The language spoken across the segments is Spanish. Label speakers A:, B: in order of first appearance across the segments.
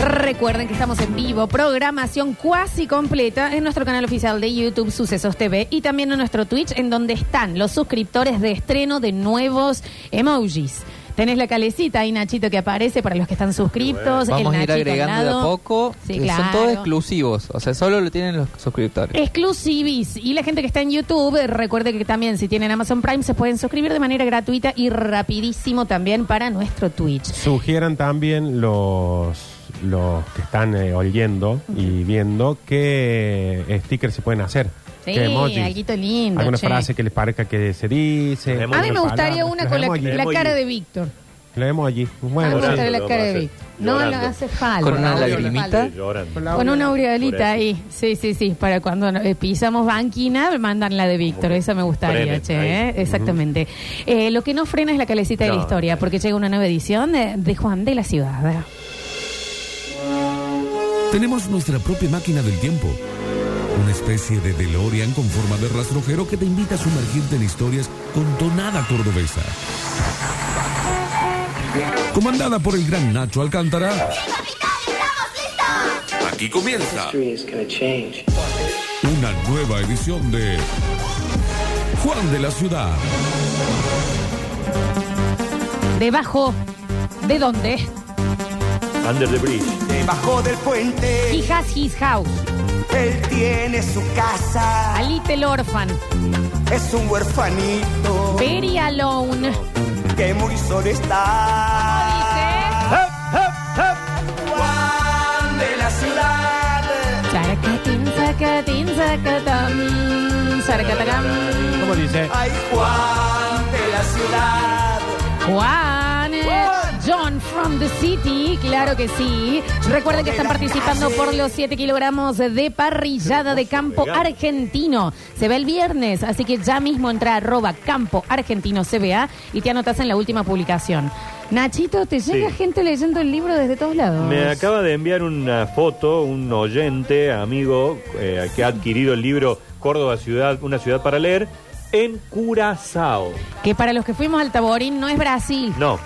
A: Recuerden que estamos en vivo, programación cuasi completa en nuestro canal oficial de YouTube Sucesos TV y también en nuestro Twitch en donde están los suscriptores de estreno de nuevos emojis. Tenés la calecita ahí, Nachito, que aparece para los que están suscriptos. el
B: Vamos a ir
A: Nachito al
B: agregando de a
A: lado.
B: poco.
A: Sí,
B: Eh,
A: claro.
B: Son todos exclusivos. O sea, solo lo tienen los suscriptores.
A: Exclusivis. Y la gente que está en YouTube, eh, recuerde que también si tienen Amazon Prime se pueden suscribir de manera gratuita y rapidísimo también para nuestro Twitch.
C: Sugieran también los los que están eh, oyendo y viendo qué stickers se pueden hacer.
A: Sí,
C: qué emojis.
A: alguito lindo,
C: Alguna
A: che.
C: frase que les parezca que se dice.
A: A mí me gustaría una con la, la
C: Lo
A: cara de Víctor.
C: vemos allí.
A: A mí
C: Bueno,
A: me
C: sí.
A: gustaría la
D: Llorando,
A: cara de
D: vamos a
A: Víctor.
D: hacer.
A: No, no
D: Llorando.
A: hace falta.
B: Con una
A: no hace
B: lagrimita.
A: falta.
D: Llorando.
A: Con una aureolita ahí. Sí, sí, sí. Para cuando eh, pisamos banquina, mandan la de Víctor. Esa me gustaría,
D: Fremen,
A: che.
D: ahí.
A: ¿eh? Exactamente. Eh, lo que no frena es la calecita de la
D: No.
A: historia, porque llega una nueva edición de, de Juan de la Ciudad.
E: Tenemos nuestra propia máquina del tiempo. Una especie de DeLorean con forma de rastrojero que te invita a sumergirte en historias con tonada cordobesa. Comandada por el gran Nacho Alcántara. Aquí comienza
F: history is going to change.
E: una nueva edición de Juan de la Ciudad.
A: Debajo. ¿De dónde?
D: Under the bridge.
G: Debajo del puente,
A: He has his house.
G: él tiene su casa.
A: A little orphan.
G: Es un huerfanito
A: Very alone.
G: que muy solo está. Juan de la ciudad.
A: Saracatín, sacatín, sacatam. Saracatacam.
C: ¿Cómo dice?
A: Ah.
G: Ay, Juan de la ciudad.
A: Juan, eh, John from the City, claro que sí. Recuerden que están participando por los 7 kilogramos de parrillada de campo argentino. Se ve el viernes, así que ya mismo entra a arroba campo argentino CBA y te anotas en la última publicación. Nachito, te llega
D: Sí.
A: gente leyendo el libro desde todos lados.
D: Me acaba de enviar una foto, un oyente, amigo, eh, que ha adquirido el libro Córdoba Ciudad, una ciudad para leer, en Curazao.
A: Que para los que fuimos al Taborín no es Brasil.
D: No,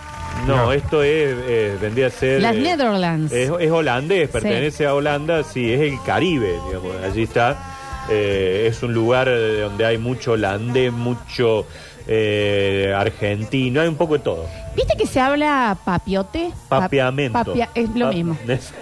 D: no,
C: No.
D: esto es, eh, vendría a ser...
A: Las
D: eh,
A: Netherlands.
D: Es, es holandés, pertenece a Holanda, sí, es el Caribe, digamos, allí está. Eh, es un lugar eh, donde hay mucho holandés, mucho eh, argentino, hay un poco de todo.
A: ¿Viste que se habla papiote? Pap-
D: Papiamento.
A: papia- es lo
D: Pap-
A: mismo.
D: es-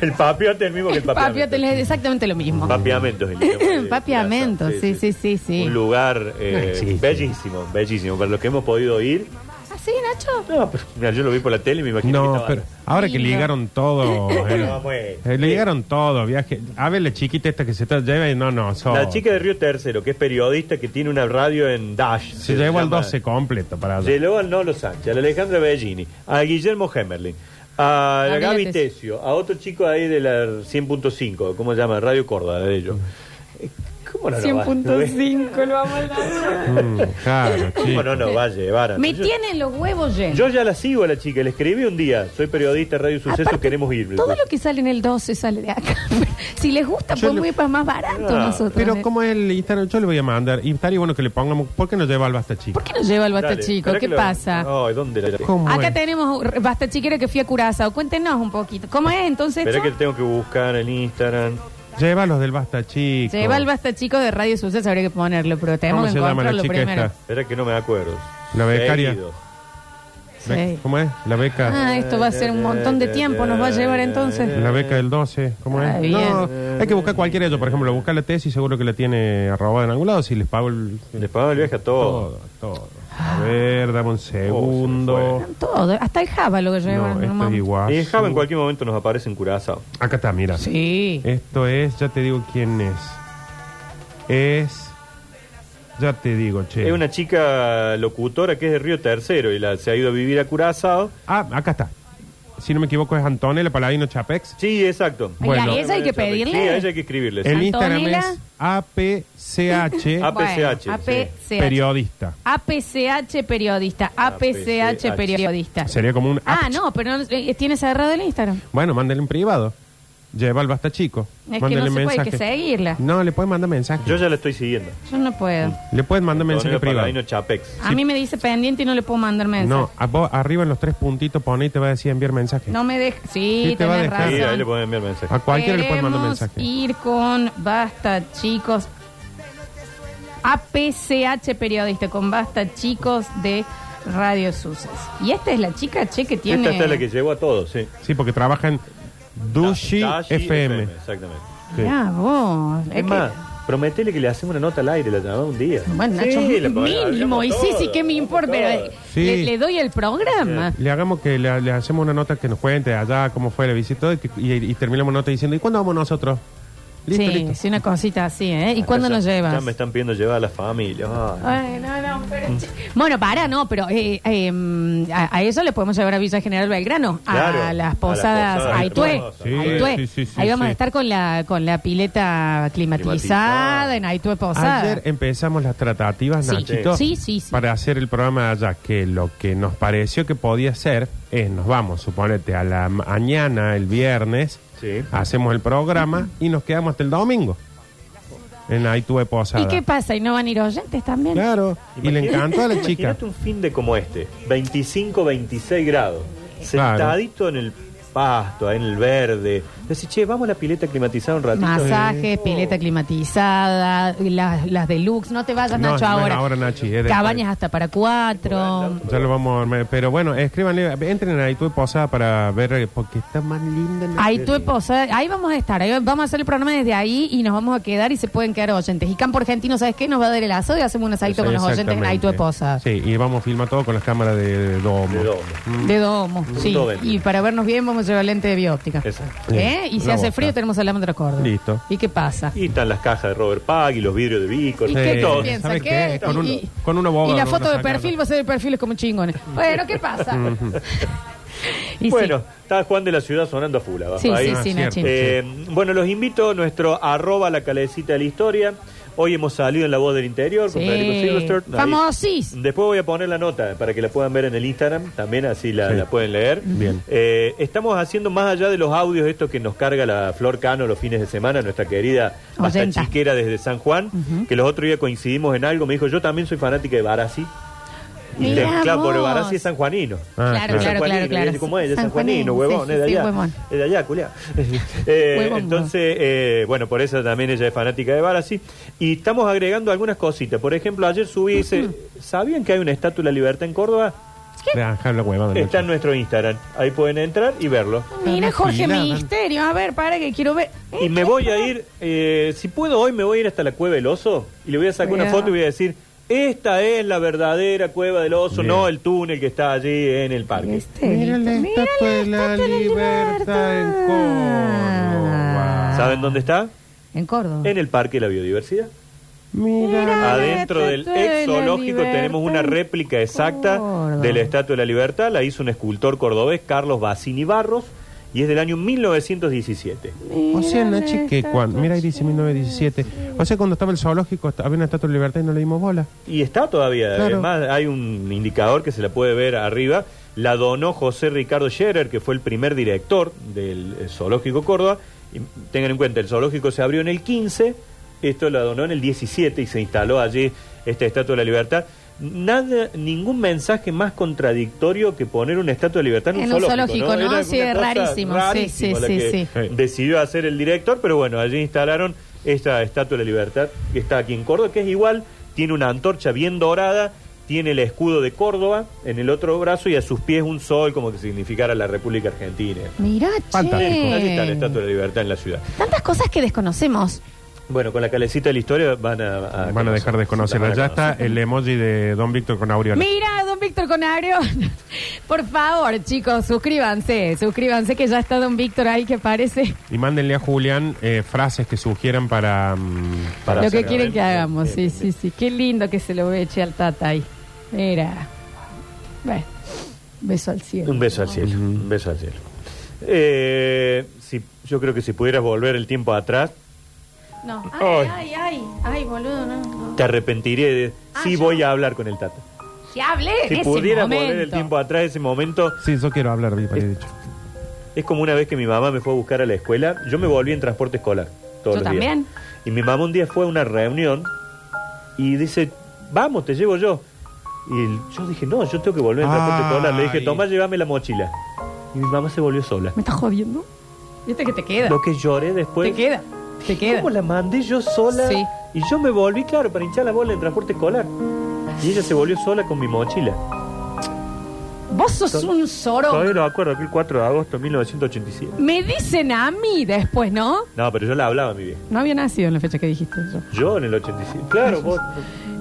D: el papiote es el mismo que el papiamento.
A: Papiote es exactamente lo mismo.
D: Papiamento. es el idioma de
A: Papiamento,
D: Plaza.
A: sí, sí, sí, sí.
D: Un lugar eh,
C: No existe.
D: bellísimo, bellísimo. Para los que hemos podido ir.
A: ¿Ah, sí, Nacho?
D: No, pero, mira, yo lo vi por la tele y me imagino que
C: No,
D: estaba-
C: pero ahora que
A: Lindo.
C: ligaron todo, eh,
D: No, pues.
C: eh, ligaron todo, viaje. A ver, la chiquita esta que se te lleva y no, no, so-
D: La chica de Río Tercero, que es periodista, que tiene una radio en Dash.
C: se llevó al
D: llama-
C: 12 completo para allá.
D: Llegó al Nolo Sánchez, a la Alejandra Bellini, a Guillermo Hemerlin, a la
A: Gabriela
D: Gaby
A: Tesio.
D: Tesio, a otro chico ahí de la 100.5, ¿cómo se llama? Radio Córdoba, de ellos. Eh, ¿Cómo no nos va-
A: 100.5, lo vamos a
C: Mm, claro,
D: ¿Cómo
C: chico.
D: no nos va a llevar? a-
A: Me
D: Yo-
A: tienen los huevos llenos.
D: Yo ya la sigo a la chica, le escribí un día, soy periodista, Radio Suceso,
A: Aparte,
D: queremos ir.
A: Todo lo que sale en el 12 sale de acá. si les gusta,
C: Yo
A: podemos
C: lo-
A: ir para más barato
D: Ah,
A: nosotros.
C: Pero
A: ¿eh?
C: como es el Instagram, yo le voy a mandar. Y estaría bueno que le pongamos, ¿por qué no lleva al basta chico?
A: ¿Por qué no lleva el Basta
D: Dale,
A: este Chico?
D: esperá
A: ¿Qué
D: que lo-
A: pasa?
D: Ay, ¿dónde la
C: ¿Cómo
A: Acá
C: es?
A: tenemos un Basta Chiquero que fui a Curazao. Cuéntenos un poquito. ¿Cómo es entonces?
D: Espera
A: Cho?
D: que tengo que buscar en Instagram.
C: Lleva los del basta chico.
A: Lleva el Basta Chico de Radio Suceso, habría que ponerlo, pero tenemos
C: ¿Cómo
A: que
C: se llama la
A: encontrarlo
C: chica
A: primero.
C: esta?
D: Espera que no me acuerdo.
C: La becaria.
D: Seguido.
C: Be-
A: Sí.
C: ¿Cómo es? La beca.
A: Ah, esto va a ser un montón de tiempo, nos va a llevar entonces.
C: La beca del 12, ¿cómo es?
A: Ah, bien.
C: No, hay que buscar cualquiera de ellos, por ejemplo, buscar la tesis, seguro que la tiene arrobada en algún lado, si les pago el...
D: Les pagaba el viaje a todos.
C: Todo, todo. A ver, dame un segundo.
A: Todo, hasta el Java lo que
C: No,
A: llevan.
C: esto es igual.
D: Oh, Y Java en cualquier momento nos aparece en Curazao.
C: Acá está, mira.
A: Sí.
C: Esto es, ya te digo quién es. Es... Ya te digo, che.
D: Es una chica locutora que es de Río Tercero y la, se ha ido a vivir a Curazao.
C: Ah, acá está. Si no me equivoco es Antonella Paladino Chapex.
D: Sí, exacto.
A: Ay,
C: Bueno.
A: ¿a ella hay que pedirle?
D: Sí, a ella hay que escribirle. sí.
C: El Instagram
A: Antonella.
C: es APCH
D: Ah, APCH,
A: Bueno, APCH.
C: periodista.
A: APCH periodista. APCH periodista.
C: Sería como un
A: Ah,
C: apch.
A: no, pero no- eh, tiene cerrado el Instagram.
C: Bueno, mándale en privado. Lleva al basta chico.
A: Es que no
C: Mándele
A: se puede, hay
C: mensaje.
A: que seguirla.
C: No, le pueden mandar mensaje.
D: Yo ya la estoy siguiendo.
A: Yo no puedo.
C: Le pueden mandar mensaje
D: Antonio
C: privado.
D: Paladino Chapex.
A: A mí me dice pendiente y no le puedo mandar mensaje.
C: No, a vos arriba en los tres puntitos pone y te va a decir enviar mensaje.
A: No me dejes. Sí,
C: Sí, te va a
A: tenés
C: dejar.
A: razón.
D: Sí, ahí le pueden enviar mensaje.
C: A cualquiera le pueden mandar
A: Queremos
C: mensaje.
A: ir con Basta, chicos. APCH periodista con Basta, chicos de Radio Suces. Y esta es la chica, che, que tiene...
D: Esta es la que llegó a todos, sí.
C: Sí, porque trabajan Dushi
D: Dashi
C: FM.
D: Exactamente.
C: Sí.
A: Mirá vos. Es
D: Es
A: que-
D: más, prometele que le hacemos una nota al aire, la llamamos un día.
A: Bueno, Nacho,
D: Sí, le podemos-
A: mínimo. Y sí, sí,
D: todo,
A: que me
D: hablamos
A: importa, pero
D: todo.
A: eh,
C: Sí.
A: le, le doy el programa.
C: Le hagamos que le, le hacemos una nota que nos cuente allá cómo fue la visita y, que- y- y terminamos nota diciendo ¿y cuándo vamos nosotros? Listo,
A: sí,
C: listo. Ah,
A: sí, una cosita así, ¿eh? ¿Y
D: Ya
A: cuándo
D: está,
A: nos
D: Ya
A: llevas?
D: me están pidiendo llevar a la familia. Ay.
A: Ay, no, no, pero... Bueno, para, no, pero eh, eh, a, a eso le podemos llevar a Villa General Belgrano, a
D: Claro,
A: las
D: a
A: posadas
D: las posadas
A: Aitué.
D: hermosas.
C: Sí,
A: Aitué.
C: sí, sí, sí,
A: Ahí vamos
C: sí.
A: a estar con la con la pileta climatizada,
D: Climatizada.
A: en Aitué Posada.
C: Ayer eh, empezamos las tratativas,
A: Sí.
C: Nachito,
A: Sí, sí, sí.
C: para hacer el programa allá, que lo que nos pareció que podía ser es, nos vamos, suponete, a la mañana, el viernes,
D: Sí.
C: hacemos el programa y nos quedamos hasta el domingo en Aitue E Posada.
A: ¿Y qué pasa? ¿Y no van a ir oyentes también?
C: Claro, y le
D: Imagínate-
C: encantó a la chica.
D: Imagínate un fin de como este, 25, 26 grados,
C: Claro.
D: sentadito en el pasto, ahí en el verde. Decís, che, vamos a la pileta climatizada un ratito.
A: Masajes,
D: Oh.
A: pileta climatizada, las, las deluxe. No te vayas,
C: No,
A: Nacho,
C: no es
A: ahora.
C: ahora, Nachi, es después.
A: Cabañas hasta para cuatro.
C: Ya lo vamos a armar. Pero bueno, escríbanle, entren a Aitue Posada para ver, eh, porque está más linda. la-
A: Ahí tu esposa, ahí vamos a estar, ahí vamos a hacer el programa desde ahí y nos vamos a quedar y se pueden quedar oyentes. Y Campo Argentino, ¿sabes qué? Nos va a dar el asado y hacemos un asadito con los oyentes en Ahí tu
C: Exactamente.
A: esposa.
C: Sí, y vamos a filmar todo con las cámaras de, de domo.
D: De domo.
A: De domo,
C: Mm.
A: sí.
D: Todo bien.
A: Y para vernos bien vamos a llevar lente de bióptica.
D: Exacto.
A: ¿Eh? Y si
C: Una
A: hace
C: bosta.
A: frío tenemos salamandra Córdoba.
C: Listo.
A: ¿Y qué pasa?
D: Y están las cajas de Robert Pag y los vidrios de Vico.
A: ¿Y
D: todo.
A: qué
C: todo.
A: piensa?
C: ¿Sabes
A: ¿Qué?
C: qué? Con un-
A: y,
C: con una boba
A: y la
C: lo
A: foto de
C: sacaron.
A: perfil va a ser de perfiles como chingones. Bueno, ¿qué pasa? Y sí.
D: Bueno, está Juan de la Ciudad sonando a full abajo
A: Sí,
D: ahí.
A: sí, sí,
C: Ah,
A: Nachi.
C: cierto.
D: Eh, bueno, los invito a nuestro arroba la calecita de la historia. Hoy hemos salido en La Voz del Interior con
A: Sí.
D: Federico Silverstern. Ahí.
A: Famosis.
D: Después voy a poner la nota para que la puedan ver en el Instagram también, así la,
C: Sí.
D: la pueden leer.
C: Bien.
D: Eh, estamos haciendo más allá de los audios, esto que nos carga la Flor Cano los fines de semana, nuestra querida
A: Oyenta.
D: hasta chiquera desde San Juan, que los otros días coincidimos en algo. Me dijo, yo también soy fanática de Barassi. Y
A: Mirá
D: te- claro, porque
A: vos.
D: Barassi es sanjuanino.
C: Ah,
A: Claro,
D: Es
A: claro, claro,
D: sanjuanino,
A: claro.
D: ¿viste cómo es? Es
A: Sanjuanino,
D: sanjuanino, huevón,
A: sí,
D: es de
A: sí,
D: allá.
A: huevón.
D: Es de allá, culiá. Eh,
A: Huevón,
D: entonces, eh, bueno, por eso también ella es fanática de Barassi. Y estamos agregando algunas cositas. Por ejemplo, ayer subí y dice, ¿sabían que hay una estatua de la libertad en Córdoba?
C: Deja la huevada,
D: Está en
C: Nacho.
D: nuestro Instagram. Ahí pueden entrar y verlo.
A: Mira, Jorge
C: Tranquila,
A: Misterio. A ver, para que quiero ver.
D: Y me voy a ir, eh, si puedo hoy, me voy a ir hasta la cueva del oso y le voy a sacar una
A: Cuidado.
D: foto y voy a decir, esta es la verdadera cueva del oso,
C: Bien.
D: no el túnel que está allí en el parque.
C: Mira la estatua de la libertad en Córdoba.
D: ¿Saben dónde está?
A: En Córdoba.
D: En el Parque de la Biodiversidad.
C: Mira.
A: Mira. Ah, la
D: Adentro del
A: Estatua de
D: ex
A: la
D: zoológico
A: Libertad
D: tenemos una
A: en
D: réplica exacta
A: Córdoba.
D: de la Estatua de la Libertad, la hizo un escultor cordobés, Carlos Bassini Barros, y es del año 1917.
C: O sea, Nachi, que cuando. Mira, ahí dice 1917. O sea, cuando estaba el zoológico hasta- había una estatua de libertad y no le dimos bola.
D: Y está todavía,
C: Claro.
D: además hay un indicador que se la puede ver arriba. La donó José Ricardo Scherer, que fue el primer director del eh, Zoológico Córdoba. Y tengan en cuenta, el zoológico se abrió en el 15, esto la donó en el 17 y se instaló allí esta Estatua de la Libertad. Nada, ningún mensaje más contradictorio que poner una Estatua de la Libertad en,
A: En
D: un
A: un
D: zoológico.
A: zoológico, ¿no?
D: Era
A: Sí,
D: una cosa
A: rarísimo, sí,
D: rarísima
A: sí,
D: la
A: sí,
D: que
A: sí.
C: Sí.
D: Decidió hacer el director, pero bueno, allí instalaron esta Estatua de la Libertad que está aquí en Córdoba, que es igual, tiene una antorcha bien dorada, tiene el escudo de Córdoba en el otro brazo y a sus pies un sol como que significara la República Argentina.
A: Mirá,
C: Fantástico.
D: Allí está la Estatua
A: che.
D: de la Libertad en la ciudad.
A: Tantas cosas que desconocemos.
D: Bueno, con la calecita de la historia van a...
C: Van a dejar de desconocerla. Ya está el emoji de Don Víctor con aureola.
A: Mira, don Víctor Conario. Por favor, chicos, suscríbanse. Suscríbanse que ya está don Víctor ahí que aparece.
C: Y mándenle a Julián eh, frases que sugieran para. mm,
D: Para
A: lo que
D: sacar.
A: quieren que hagamos. Sí,
D: Bien,
A: sí, sí. Qué lindo que se lo ve che al tata ahí. Mira. Bueno, beso al cielo.
D: Un beso al cielo, un beso al cielo. Eh, si, yo creo que si pudieras volver el tiempo atrás,
A: No,
D: Ay.
A: ay, ay, ay, ay, boludo, no. no.
D: te arrepentiría de...
A: Ah,
D: sí
A: yo-
D: voy a hablar con el Tata.
A: Que hablé en
D: Si
A: ese
D: pudieras
A: momento.
D: volver el tiempo atrás, ese momento...
C: Sí, yo quiero hablar, bien, había dicho.
D: Es como una vez que mi mamá me fue a buscar a la escuela, yo me volví en transporte escolar. Todos
A: Yo
D: los días.
A: también.
D: Y mi mamá un día fue a una reunión y dice, vamos, te llevo yo. Y el- yo dije, no, yo tengo que volver en transporte
C: Ay.
D: escolar. Le dije, toma, llévame la mochila. Y mi mamá se volvió sola.
A: ¿Me estás jodiendo? ¿Viste que te queda?
D: Lo que lloré después.
A: Te queda. Te queda.
D: ¿Cómo la mandé yo sola?
A: Sí.
D: Y yo me volví, claro, para hinchar la bola en transporte escolar. Y ella se volvió sola con mi mochila.
A: Vos sos un
D: Todavía
A: zorro.
D: lo acuerdo, aquel 4 de agosto de 1987.
A: Me dicen a mí después, ¿no?
D: No, pero yo la hablaba, mi vieja.
A: No había nacido en la fecha que dijiste yo.
D: Yo en el 87. Claro, vos.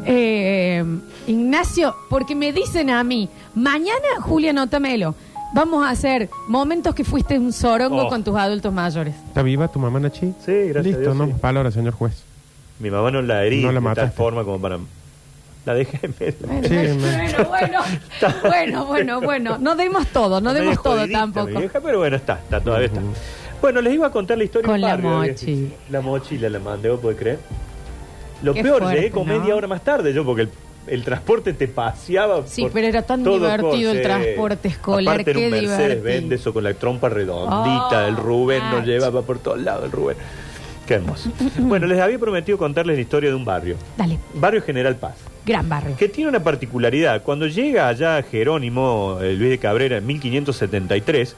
A: Eh, Ignacio, porque me dicen a mí, mañana, Julia, anótamelo. Vamos a hacer momentos que fuiste un zorongo
D: Oh.
A: con tus adultos mayores.
C: ¿Está viva tu mamá, Nachi?
D: Sí, gracias a
C: Listo,
D: Dios,
C: no
D: sí.
C: más palabras, señor juez.
D: Mi mamá no la herí
C: No la
D: de tal
C: mataste.
D: forma como para. La dejé en medio.
A: Bueno,
C: Sí,
A: bueno, bueno, bueno, bueno, bueno. No demos todo, no
D: Está
A: demos
D: medio
A: todo
D: jodidita, mi
A: tampoco.
D: vieja, pero bueno, está, está, todavía está. Bueno, les iba a contar la historia
A: Con
D: del
A: la
D: barrio, vieja.
A: mochi.
D: La mochila la mandé, ¿vos podés creer? Lo
A: Qué
D: peor,
A: fuerte,
D: llegué con
A: ¿no?
D: media hora más tarde yo, porque el, el transporte te paseaba.
A: Sí,
D: por
A: pero era tan
D: todo
A: divertido
D: Córdoba.
A: el transporte escolar,
D: Aparte era
A: qué
D: un Mercedes Benz,
A: divertido.
D: eso con la trompa redondita,
A: Oh,
D: el Rubén nos
A: Nacho.
D: llevaba por todos lados, el Rubén. Qué hermoso. bueno, les había prometido contarles la historia de un barrio.
A: Dale,
D: Barrio General Paz
A: gran barrio.
D: que tiene una particularidad. Cuando llega allá Jerónimo eh, Luis de Cabrera en 1573,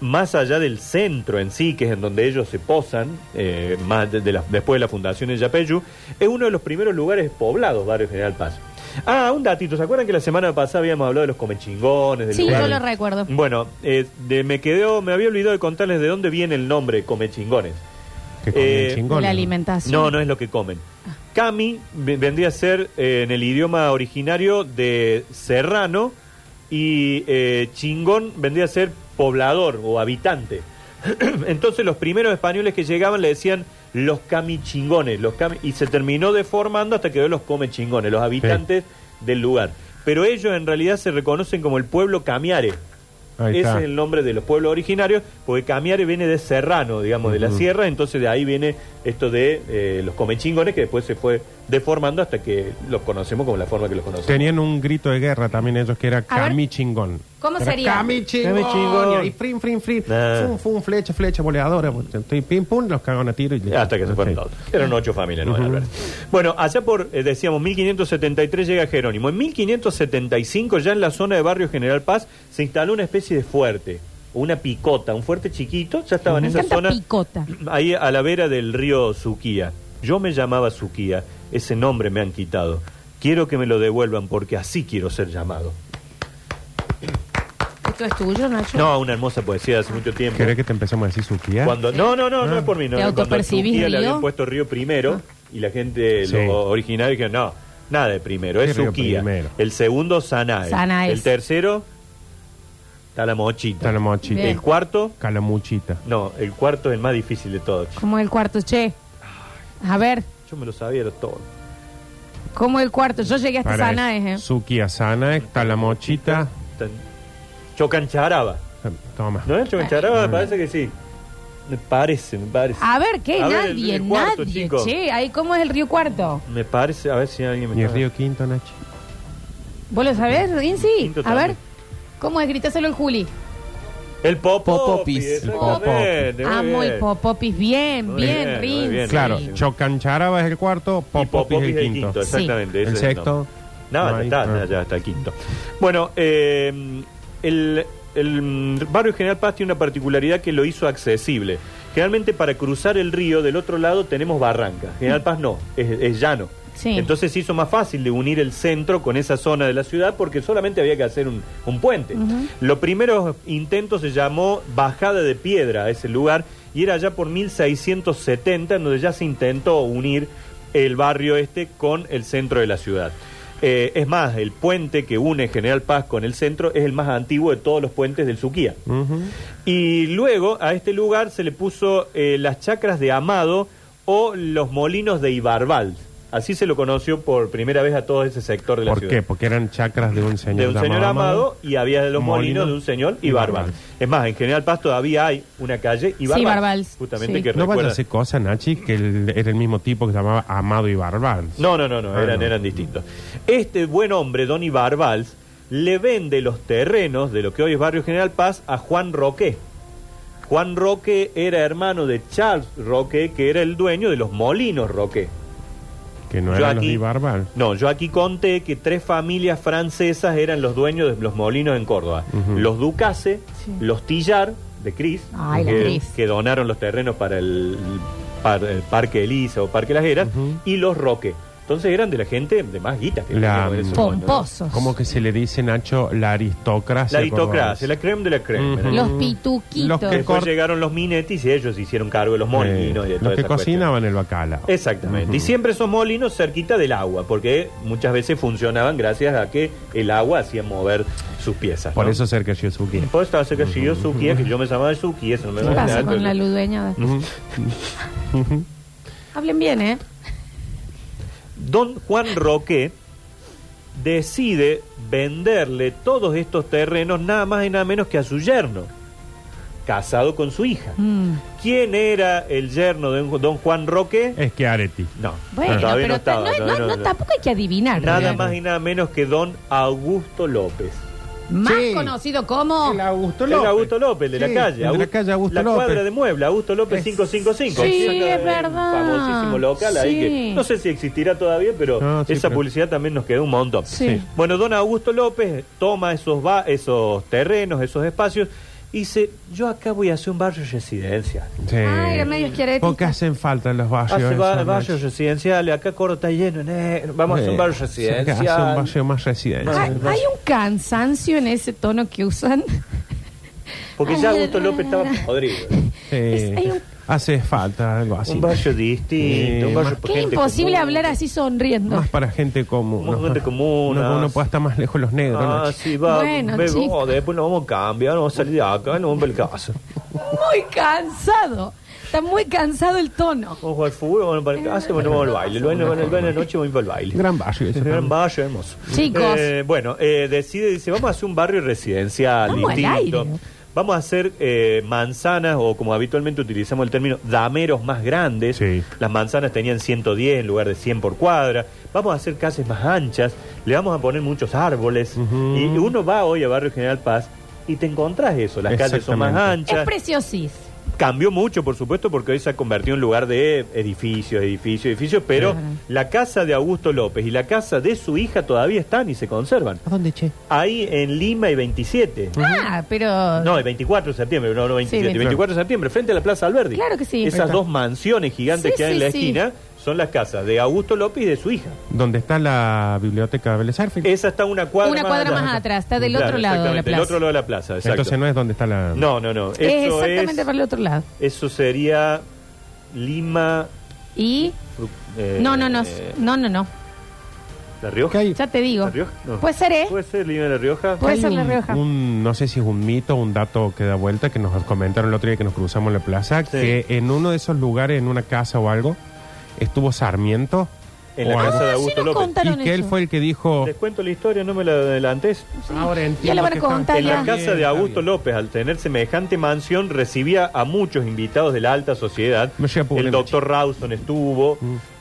D: más allá del centro en sí, que es en donde ellos se posan, eh, más de- de la- después de la fundación de Yapeyú, es uno de los primeros lugares poblados, Barrio General Paz. Ah, un datito, ¿se acuerdan que la semana pasada habíamos hablado de los comechingones? del
A: Sí,
D: lugar
A: yo
D: de-
A: lo recuerdo.
D: Bueno, eh, de- me quedó, me había olvidado de contarles de dónde viene el nombre comechingones.
C: Que con
D: Eh,
C: el chingón.
A: La
C: ¿no?
A: alimentación.
D: No, no es lo que comen. Cami ve- vendría a ser eh, en el idioma originario de serrano y eh, chingón vendría a ser poblador o habitante. Entonces los primeros españoles que llegaban le decían los camichingones, los cami y se terminó deformando hasta que hoy los come chingones, los habitantes del lugar. Pero ellos en realidad se reconocen como el pueblo camiare.
C: Ahí
D: Ese
C: está.
D: es el nombre de los pueblos originarios, porque Camiare viene de serrano, digamos, de la sierra, entonces de ahí viene esto de eh, los comechingones, que después se fue deformando hasta que los conocemos como la forma que los conocemos.
C: Tenían un grito de guerra también ellos que era
A: ver.
C: Cami chingón.
A: ¿Cómo
C: Era
A: sería?
C: Cami chingón.
D: Cami chingón.
C: Y ahí frin, frin, frin.
D: Ah.
C: Fum, fum, flecha, flecha, boleadora. pues, y Pim, pum, los cagan a tiro. Y
D: Hasta que se fueron
C: Sí.
D: todos. Eran ocho familias, ¿no?
C: Ujú.
D: Alberto. Bueno, allá por, eh, decíamos, 1573 llega Jerónimo. En 1575, ya en la zona de barrio General Paz, se instaló una especie de fuerte, una picota, un fuerte chiquito, ya estaba en
A: Me
D: esa
A: encanta
D: zona.
A: picota.
D: Ahí a la vera del río Suquía. Yo me llamaba Suquía, ese nombre me han quitado. Quiero que me lo devuelvan porque así quiero ser llamado.
A: ¿Esto es tuyo, Nacho?
D: No, una hermosa poesía de hace mucho tiempo.
C: ¿Querés que te empecemos a decir Suquía?
D: Cuando, no, no, no, no es por mí. No,
A: ¿Te
D: no, cuando
A: autopercibís
D: Turquía le
A: Río?
D: habían puesto Río primero y la gente,
C: Ah. Sí.
D: los originarios dijeron, no, nada de primero, es
C: Sí, Río
D: Suquía.
C: primero.
D: El segundo, Sanae.
A: Sanae.
D: El tercero, Talamochita.
C: Está la mochita.
A: Bien.
D: El cuarto,
C: Calamuchita.
D: no, el cuarto es el más difícil de todos.
A: ¿Cómo el cuarto, che? A ver,
D: Yo me lo sabía de todo.
A: ¿cómo el cuarto? Yo llegué hasta
C: Para
A: Sanaes,
C: es-
A: ¿eh?
C: Suquía sana, está la mochita.
D: Chocancharaba.
C: Toma.
D: ¿No es Chocancharaba? Me parece que sí. Me parece, me parece.
A: A ver, ¿qué?
D: A ver, el-
A: nadie,
D: el cuarto,
A: nadie,
D: chico.
A: che. Ahí, ¿cómo es el río cuarto?
D: Me parece, a ver si alguien me
C: Y el
D: está-
C: río Quinto, Nachi.
A: ¿Vos lo sabés, Rinzi?
D: Quinto
A: A ver,
D: también.
A: ¿cómo es? Gritáselo el Juli.
D: El Popopis.
B: Popopis.
D: exactamente, muy
A: Amo el
D: bien.
A: popopis. Bien,
D: Muy bien,
A: bien,
D: muy
A: Rinzi.
D: bien.
C: Claro,
D: Sí.
C: Chocancharaba es el cuarto,
D: Y
C: Popopis es el quinto.
A: Sí.
D: exactamente.
C: El
D: ese es
C: sexto.
D: nombre. No,
C: ahí
D: ya está,
C: está.
D: ya- ya está el quinto. Bueno, eh, el, el, mm, barrio General Paz tiene una particularidad que lo hizo accesible. Generalmente para cruzar el río del otro lado tenemos barrancas. General Paz no, es, es llano.
A: Sí.
D: Entonces se hizo más fácil de unir el centro con esa zona de la ciudad porque solamente había que hacer un, un puente. Los primeros intentos se llamó bajada de piedra a ese lugar y era ya por 1670 en donde ya se intentó unir el barrio este con el centro de la ciudad. Eh, es más, el puente que une General Paz con el centro es el más antiguo de todos los puentes del Suquía.
C: Ujú.
D: Y luego a este lugar se le puso eh, las chacras de Amado o los molinos de Ibarbal. Así se lo conoció por primera vez a todo ese sector de la
C: ¿Por
D: ciudad.
C: qué? Porque eran chacras de un señor
D: De un señor
C: llamado
D: amado, y había de los
C: Molino
D: molinos de un señor
C: y
D: Ibarbal.
C: Barbal.
D: Es más, en General Paz todavía hay una calle Ibarbal.
A: Ibarbal,
D: Justamente
A: sí.
D: que
C: No vaya a
D: recuerda.
C: hacer cosa, Nachi, que el- era el mismo tipo que se llamaba Amado y Barbal.
D: No, no, no, no,
C: Ah,
D: eran,
C: no.
D: eran distintos. Este buen hombre, Don Ibarbals, le vende los terrenos de lo que hoy es Barrio General Paz a Juan Roque. Juan Roque era hermano de Charles Roque, que era el dueño de los molinos Roque.
C: Que no
D: Yo
C: eran
D: aquí-
C: los de Barbar.
D: No, yo aquí conté que tres familias francesas eran los dueños de los molinos en Córdoba.
C: Ujú.
D: Los Ducase,
A: Sí.
D: los Tillar, de Cris,
A: Ay, la
D: que,
A: Cris.
D: que donaron los terrenos para el, par- el Parque Elisa o Parque Las Heras,
C: Ujú.
D: y los Roque. Entonces eran de la gente de más guita. Que
C: La-
D: tenía en ese momento, ¿no?
A: Pomposos.
C: ¿Cómo que se le dice, Nacho, la aristocracia?
D: La aristocracia, la
C: cordobesa?
D: creme de la creme.
C: Ujú.
D: ¿no?
A: Los
C: Los
A: pituquitos.
C: que
D: Después
C: Cor-
D: llegaron los minetis y ellos se hicieron cargo de los molinos y de
C: Eh,
D: toda
C: los que
D: esa cuestión.
C: cocinaban el bacalao.
D: Exactamente. Y siempre esos molinos cerquita del agua, porque muchas veces funcionaban gracias a que el agua hacía mover sus piezas.
C: Por
D: ¿no?
C: eso cerca de Yosuke.
D: Por eso hace que si yo Suki, que yo me llamaba Suki, eso no me
A: ¿Qué
D: va a
A: pasa
D: dar,
A: con
D: pero-
A: la ludueñada? Hablen bien, ¿eh?
D: Don Juan Roque decide venderle todos estos terrenos nada más y nada menos que a su yerno, casado con su hija.
A: Mm.
D: ¿Quién era el yerno de don Juan Roque?
C: Es que Areti.
D: No,
A: Bueno,
D: todavía
A: pero
D: no estaba.
A: no,
D: todavía
A: no,
D: no-
A: no, tampoco hay que adivinar.
D: Nada
A: Claro.
D: más y nada menos que don Augusto López.
A: Más
C: Sí.
A: conocido como...
C: Augusto
D: El Augusto López, de
C: Sí,
D: la calle.
C: el de la
D: Agu-
C: calle Augusto
D: la
C: López.
D: cuadra de Muebla, Augusto López
C: Es-
D: 555.
A: Sí,
D: Saca
A: es
D: el
A: verdad.
D: Famosísimo local ahí
A: Sí.
D: que no sé si existirá todavía, pero
C: No, sí,
D: esa
C: pero-
D: publicidad también nos quedó un montón.
A: Sí.
D: Bueno, don Augusto López toma esos, ba- esos terrenos, esos espacios y dice, yo acá voy a hacer un barrio residencial.
A: Ay, era medio esquiaretista.
C: Porque hacen falta en los barrios.
D: Hace
C: esos,
D: ba-
C: Nacho.
D: barrios residenciales, acá Córdoba está lleno, negro. vamos a hacer un barrio
C: Eh, cerca,
D: residencial.
C: Hace un barrio más residencial.
A: Hay, hay un cansancio en ese tono que usan.
D: Porque ya Augusto López estaba podrido.
C: Sí.
A: Es- hay un-
C: Hace falta algo así.
D: Un barrio distinto,
C: Eh,
D: un barrio
C: más-
D: por
A: Qué
D: gente
A: imposible
D: común.
A: hablar así sonriendo.
C: Más para gente común.
D: Más gente común,
C: No,
D: ah,
C: uno
D: sí.
C: puede estar más lejos de los negros.
D: Ah,
C: Nacho.
D: sí, va.
A: Bueno,
D: ve
A: chico.
D: vos, después nos vamos a cambiar, nos vamos a salir de acá, nos vamos al caso.
A: Muy cansado. Está muy cansado el tono.
D: Vamos a jugar fútbol, vamos para el caso, bueno, vamos al baile. Bueno, bueno, bueno, la noche vamos para el baile.
C: Gran barrio. ese
D: Gran
C: también.
D: barrio, hermoso.
A: Chicos.
D: Eh, bueno, eh, decide, dice, vamos a hacer un barrio residencial
A: Vamos al
D: distinto.
A: aire.
D: Vamos a hacer eh, manzanas, o como habitualmente utilizamos el término, dameros más grandes.
C: Sí.
D: Las manzanas tenían 110 en lugar de 100 por cuadra. Vamos a hacer calles más anchas, le vamos a poner muchos árboles. Y uno va hoy a Barrio General Paz y te encontrás eso. Las calles son más
C: Exactamente.
A: Es
D: anchas.
A: preciosís.
D: Cambió mucho, por supuesto, porque hoy se ha convertido en lugar de edificios, edificios, edificios, pero la casa de Augusto López y la casa de su hija todavía están y se conservan.
C: ¿A dónde, che?
D: Ahí en Lima y 27.
A: Ah, pero...
D: No, el 24 de septiembre, no, no 27,
A: Sí,
D: 24 de septiembre, frente a la Plaza Alberdi.
A: Claro que sí. Ahí
D: Esas
A: está.
D: dos mansiones gigantes
A: Sí,
D: que hay en
A: sí,
D: la
A: sí.
D: esquina son las casas de Augusto López y de su hija.
C: ¿Dónde está la biblioteca de Vélez Arfield?
D: Esa está una cuadra
A: Una
D: más
A: cuadra
D: allá.
A: más atrás, está del
D: Claro,
A: otro lado de la
D: exactamente,
A: plaza.
D: Del otro lado de la plaza, exacto.
C: Entonces no es donde está la...
D: no, no, no.
A: Es
D: Eso
A: exactamente
D: es-
A: para el otro lado.
D: Eso sería Lima.
A: Y...
D: Fru- eh,
A: No, no, no.
D: eh,
A: No, no, no.
D: ¿La Rioja?
C: ¿Qué hay?
A: Ya te digo.
D: ¿La Rioja? No.
A: Puede ser, ¿eh?
D: ¿Puede ser Lima de la Rioja?
A: Puede
C: Hay
A: ser La
C: un-
A: Rioja.
C: un- no sé si es un mito, un dato que da vuelta, que nos comentaron el otro día que nos cruzamos en la plaza,
D: Sí.
C: que en uno de esos lugares, en una casa o algo, estuvo Sarmiento.
D: En la
C: o
D: casa
C: algo,
D: de
A: sí
D: Augusto
A: nos
D: López.
A: contaron
C: y que él
A: eso.
C: fue el que dijo...
D: Les cuento la historia, no me la adelantes.
C: Ahora entiendo
A: Ya lo van a
C: que está-
A: contar
D: En la
A: ya.
D: casa de
C: Está
D: Augusto
C: bien.
D: López, al tener semejante mansión, recibía a muchos invitados de la alta sociedad.
C: Me llega por
D: El
C: la
D: doctor Rawson estuvo.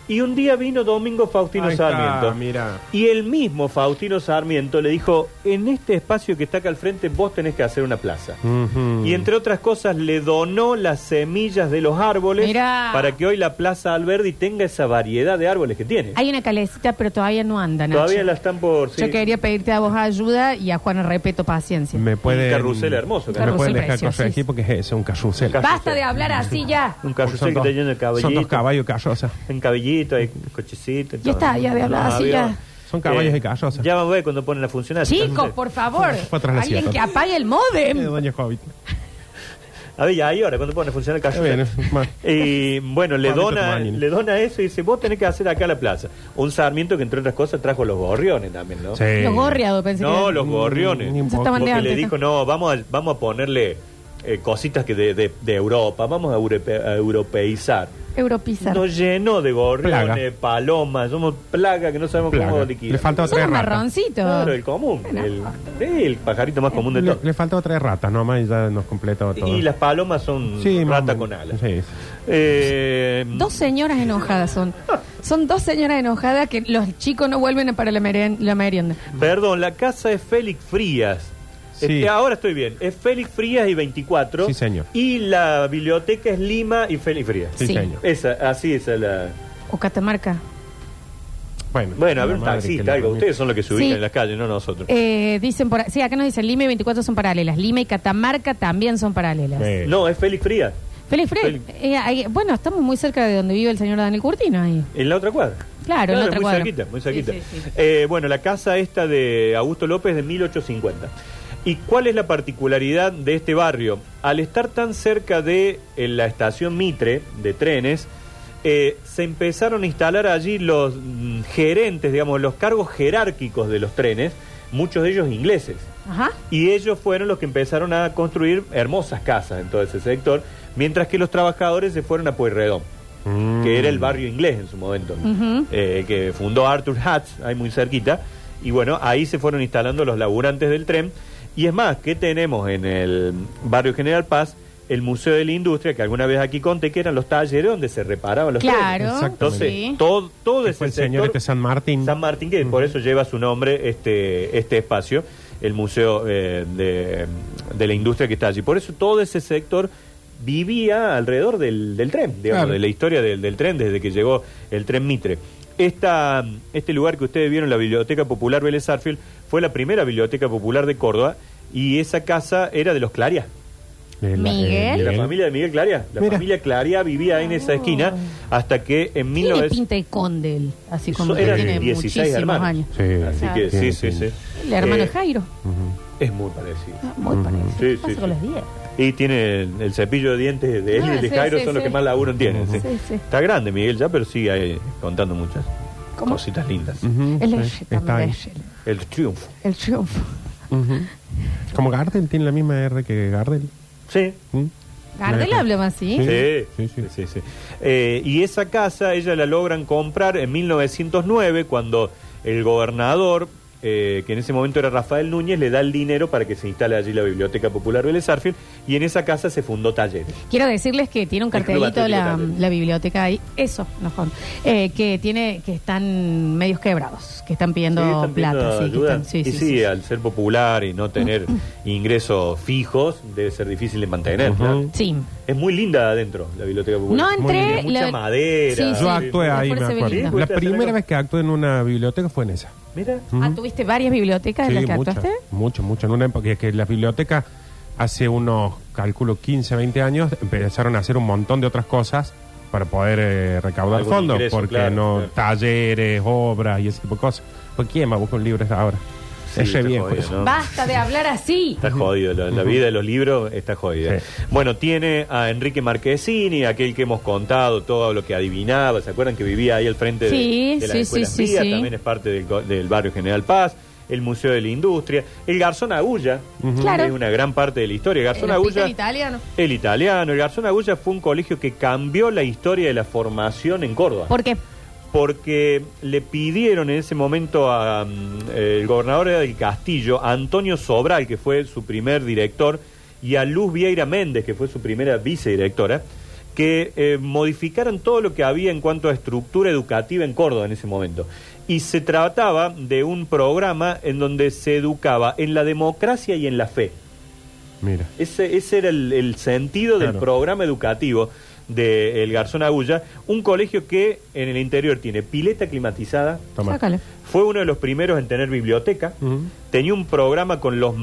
D: Y un día vino Domingo Faustino
C: Mm. Ahí está,
D: Sarmiento.
C: mira.
D: Y el mismo Faustino Sarmiento le dijo, en este espacio que está acá al frente vos tenés que hacer una plaza.
C: Mm. Ujú.
D: Y entre otras cosas le donó las semillas de los árboles
A: Mirá.
D: para que hoy la Plaza Alberdi tenga esa variedad de árboles que tiene.
A: Hay una calecita, pero todavía no andan.
D: Todavía la están por... sí.
A: Yo quería pedirte a vos ayuda y a Juan Repeto paciencia.
C: Me pueden,
D: Un carrusel hermoso,
C: Me
A: carrusel
C: pueden dejar
A: precioso, sí.
C: corregir porque es eso, un carrusel.
D: Ca-
A: Basta de hablar así ya.
D: Un carrusel que
C: dos-
D: está lleno de
C: son dos
D: caballitos.
C: caballos callosas.
D: En cabellito, hay cochecito.
A: Ya está, ya de hablar así, ya.
C: Son caballos y callosas.
D: Ya van a ver cuando ponen a funcionar.
A: Chicos,
D: Entonces,
A: por favor.
C: Fue atrás de la
A: Alguien
C: sierra.
A: que apague el modem.
C: Doña Hobbit.
D: A ver, ya hay hora cuando ponen a funcionar el
C: Está
D: callejón.
C: bien, bueno.
D: Y bueno, le
C: Juanito
D: dona,
C: Tomanini.
D: le dona eso y dice, vos tenés que hacer acá la plaza. Un sarmiento que entre otras cosas trajo los gorriones también, ¿no?
C: Sí.
A: Los gorriados, pensé que.
D: Eh, No,
A: eran.
D: los gorriones.
C: Ni un
A: Se
C: poco.
A: estaban-
D: Porque
A: Leandro,
D: le
A: ¿no?
D: dijo, no, vamos a, vamos a ponerle eh, cositas que de, de- de Europa, vamos a, europe- a europeizar.
A: Europizar.
D: Nos llenó de gorriones,
C: Plaga.
D: palomas, somos plaga que no sabemos cómo
C: Plaga.
D: liquidar.
C: Le faltaba
A: Son
C: tres
A: los
C: ratas.
A: marroncitos.
D: Claro, el común, el, sí, el pajarito más común de
C: Le,
D: todos.
C: le faltaba tres ratas nomás y ya nos completaba todo.
D: Y las palomas son
C: Sí, más o
D: rata
C: menos.
D: con alas.
C: Sí.
D: Eh,
A: Dos señoras enojadas son. Son dos señoras enojadas que los chicos no vuelven para la, meren- la merienda.
D: Perdón, la casa es Félix Frías.
C: Sí.
D: Este, ahora estoy bien. Es Félix Frías y 24.
C: Sí, señor.
D: Y la biblioteca es Lima y Félix Frías.
C: Sí,
A: Sí.
C: señor.
D: Esa, así es la.
A: O Catamarca.
C: Bueno,
D: Bueno, a ver,
C: la
D: un
C: madre que
D: taxista,
C: la
D: algo.
C: parió.
D: Ustedes son los que se ubican
A: Sí.
D: en las calles, no nosotros.
A: Eh, dicen por, sí, acá nos dicen Lima y 24 son paralelas. Lima y Catamarca también son paralelas.
C: Eh,
D: No, es Félix Frías.
A: Félix Fred,
D: Félix.
A: eh, ahí- bueno, estamos muy cerca de donde vive el señor Daniel Curtino ahí.
D: En la otra cuadra.
A: Claro, en la
D: es
A: otra
D: muy
A: cuadra.
D: cerquita, muy cerquita.
A: Sí, sí, sí.
D: Eh, bueno, la casa esta de Augusto López de 1850. ¿Y cuál es la particularidad de este barrio? Al estar tan cerca de eh, la estación Mitre de trenes, eh, se empezaron a instalar allí los mm, gerentes, digamos, los cargos jerárquicos de los trenes, muchos de ellos ingleses.
A: Ajá.
D: Y ellos fueron los que empezaron a construir hermosas casas en todo ese sector, mientras que los trabajadores se fueron a Pueyrredón,
C: Mm.
D: que era el barrio inglés en su momento,
A: Ujú.
D: eh, que fundó Arthur Hatch, ahí muy cerquita. Y bueno, ahí se fueron instalando los laburantes del tren. Y es más, que tenemos en el barrio General Paz el Museo de la Industria, que alguna vez aquí conté que eran los talleres donde se reparaban los trenes.
A: Claro.
C: Exactamente.
D: Entonces,
A: sí.
D: todo, todo
C: Que
D: ese
C: fue el señor
D: sector-
C: este San Martín. Mm.
D: San Martín, que por eso lleva su nombre este, este espacio, el museo eh, de, de la industria que está allí. Por eso todo ese sector vivía alrededor del, del tren, digamos,
C: Claro.
D: de la historia del, del tren desde que llegó el tren Mitre. Esta, este lugar que ustedes vieron, la Biblioteca Popular Vélez Sarsfield, fue la primera biblioteca popular de Córdoba y esa casa era de los Claria.
C: De la-
A: Miguel.
D: De la
C: Miguel.
D: familia de Miguel Claria. La
C: Mira.
D: familia Claria vivía ahí en esa esquina hasta que en
A: Tiene
D: 1900...
A: pinta de Condel, así como
D: Eso
A: que
D: era
A: tiene
D: 16
A: muchísimos
D: hermanos.
A: años.
C: Sí.
D: Así que sí,
C: Tiene,
D: sí, sí.
C: tiene.
A: El hermano
D: Eh,
A: Jairo. Ah,
C: Ujú.
D: Es muy parecido.
A: Muy parecido.
D: Sí,
A: ¿Qué
D: sí,
A: pasa
D: sí.
A: con los 10?
D: Y tiene el, el cepillo de dientes de él y
A: Ah,
D: el de
A: sí,
D: Jairo
A: sí,
D: son los
A: sí.
D: que más laburo tienen. sí.
A: Sí, sí.
D: Está grande Miguel ya, pero sigue ahí contando muchas
A: ¿Cómo?
D: cositas lindas.
C: Ujú,
A: El eje,
C: sí, Mm, pues, Está
A: también
C: ahí.
A: el eje,
D: El triunfo.
A: el triunfo.
C: Ujú. Como Gardel tiene la misma R que Gardel.
D: Sí.
C: ¿Mm?
A: Gardel
C: Claro.
A: habla más, ¿sí?
D: Sí,
C: Sí,
D: sí,
C: sí.
D: sí. sí. Eh, y esa casa ella la logran comprar en 1909 cuando el gobernador, eh, que en ese momento era Rafael Núñez, le da el dinero para que se instale allí la Biblioteca Popular Vélez Arfield y en esa casa se fundó Talleres.
A: Quiero decirles que tiene un
D: El Club
A: cartelito
D: Atlético
A: la,
D: Talleres.
A: la biblioteca ahí, eso, no jodan, eh, que tiene, que están medios quebrados, que están pidiendo
D: Sí, están pidiendo
A: plata, sí, que
D: ayuda.
A: están- sí,
D: y
A: sí,
D: sí,
A: sí, Mm. sí.
D: al ser popular y no tener ingresos fijos, debe ser difícil de mantener.
C: Ujú.
D: claro.
A: Sí.
D: Es muy linda adentro la biblioteca popular.
A: No
C: Muy
A: entré.
D: bien. Mucha madera. Yo
C: Yo
D: Sí,
C: actué ahí, me
A: Fuerza Belinda.
C: acuerdo. La
D: Fuiste a hacer
C: primera
D: algo.
C: vez que actué en una biblioteca fue en esa.
D: Mira,
A: Ah, ¿tuviste varias bibliotecas en las que
C: mucho,
A: actuaste?
C: mucho, mucho. En una época que las bibliotecas, hace unos, cálculo, 15, 20 años, empezaron a hacer un montón de otras cosas para poder eh, recaudar
D: Algún
C: fondos,
D: ingreso,
C: porque
D: claro,
C: no
D: claro.
C: talleres, obras y ese tipo de cosas. ¿Por quién va a buscar un libro ahora?
D: Sí,
C: Ese
D: está
C: bien,
D: jodido,
C: pues.
D: ¿no?
A: Basta de hablar así.
D: Está jodido, la, la vida de los libros está jodida.
C: Sí.
D: Bueno, tiene a Enrique Marquesini, aquel que hemos contado, todo lo que adivinaba, ¿se acuerdan que vivía ahí al frente
A: Sí,
D: de, de las
A: sí,
D: escuelas
A: sí, sí,
D: Pía?
A: sí.
D: También es parte del, co- del barrio General Paz, el Museo de la Industria, el Garzón Agulla,
A: Claro.
D: que es una gran parte de la historia. El Garzón
A: El hospital
D: Agulla
A: italiano.
D: El italiano, el Garzón Agulla fue un colegio que cambió la historia de la formación en Córdoba.
A: ¿Por qué?
D: Porque le pidieron en ese momento al gobernador del Castillo, a Antonio Sobral, que fue su primer director, y a Luz Vieira Méndez, que fue su primera vicedirectora, que eh, modificaran todo lo que había en cuanto a estructura educativa en Córdoba en ese momento. Y se trataba de un programa en donde se educaba en la democracia y en la fe.
C: Mira.
D: Ese, ese era el, el sentido
C: Claro.
D: del programa educativo de El Garzón Agulla, un colegio que en el interior tiene pileta climatizada,
C: Toma.
A: Sácalo.
D: fue uno de los primeros en tener biblioteca,
C: Ujú.
D: tenía un programa con los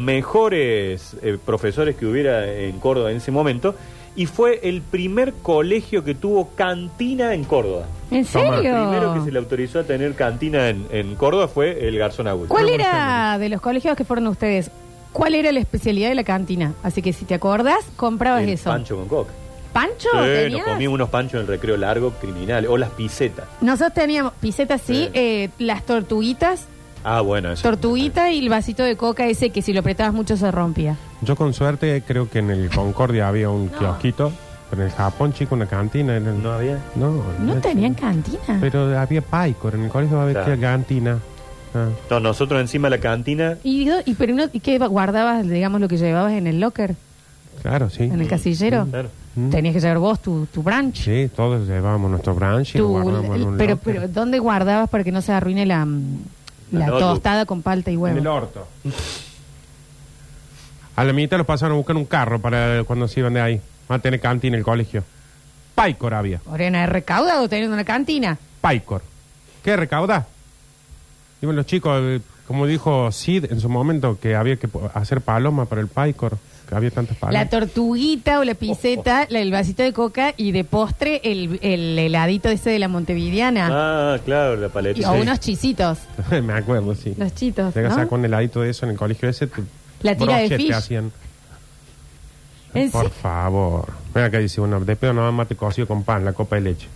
D: mejores eh, profesores que hubiera en Córdoba en ese momento, y fue el primer colegio que tuvo cantina en Córdoba.
A: ¿En
C: Toma.
D: El primero que se
A: serio?
D: le autorizó a tener cantina en, en Córdoba fue El Garzón Agulla.
A: ¿Cuál era de los colegios que fueron ustedes? ¿Cuál era la especialidad de la cantina? Así que si te acordás, comprabas
D: El
A: eso.
D: Pancho con coca.
A: ¿Pancho?
D: Sí, nos
A: ¿Tenías?
D: comíamos unos panchos en el recreo largo, criminal, o las pisetas.
A: Nosotros teníamos pisetas, sí,
D: Sí.
A: eh, las tortuguitas,
D: Ah, bueno, eso.
A: tortuguita y el vasito de coca ese que si lo apretabas mucho se rompía.
C: Yo con suerte creo que en el Concordia había un kiosquito, pero en el Japón, chico, una cantina. en el-
D: No había.
C: No,
A: ¿No
C: era-
A: tenían cantina?
C: Pero había Paico, en el colegio había
D: Claro.
C: cantina. Ah.
D: No, nosotros encima de la cantina.
A: ¿Y, do- y, pero no- ¿Y qué guardabas, digamos, lo que llevabas en el locker,
C: Claro, sí.
A: en el casillero?
D: Claro.
C: Mm.
A: Tenías que llevar vos tu, tu branch.
C: Sí, todos llevábamos nuestro brunch y lo
A: Tu-
C: guardábamos en
A: el-
C: un
A: eh, pero,
C: locker.
A: pero ¿dónde guardabas para que no se arruine la, mm,
D: La
A: la
D: notebook.
A: tostada con palta y
C: En el
A: huevo?
C: orto. A la mitad los pasaron a buscar un carro para cuando se iban de ahí. Van a tener cantina en el colegio. Paicor había.
A: Morena, es recaudado teniendo una cantina.
C: Paicor. ¿Qué recauda? Dicen los chicos, eh, como dijo Sid en su momento, que había que po- hacer paloma para el Paicor. Que había tantas
A: La
C: palomas.
A: tortuguita o la piseta, la- el vasito de coca y de postre el, el heladito ese de la montevideana.
D: Ah, claro, la
A: Y-
D: paleta.
A: O
D: Sí.
A: unos chisitos.
C: Me acuerdo, sí.
A: Los chitos,
C: Te
A: ¿no?
C: sacó un heladito de eso en el colegio ese. te-
A: La tira de
C: broche te
A: fish.
C: hacían.
A: ¿En
C: Por
A: sí?
C: favor. Mira acá dice uno, después no mate cocido con pan, la copa de leche.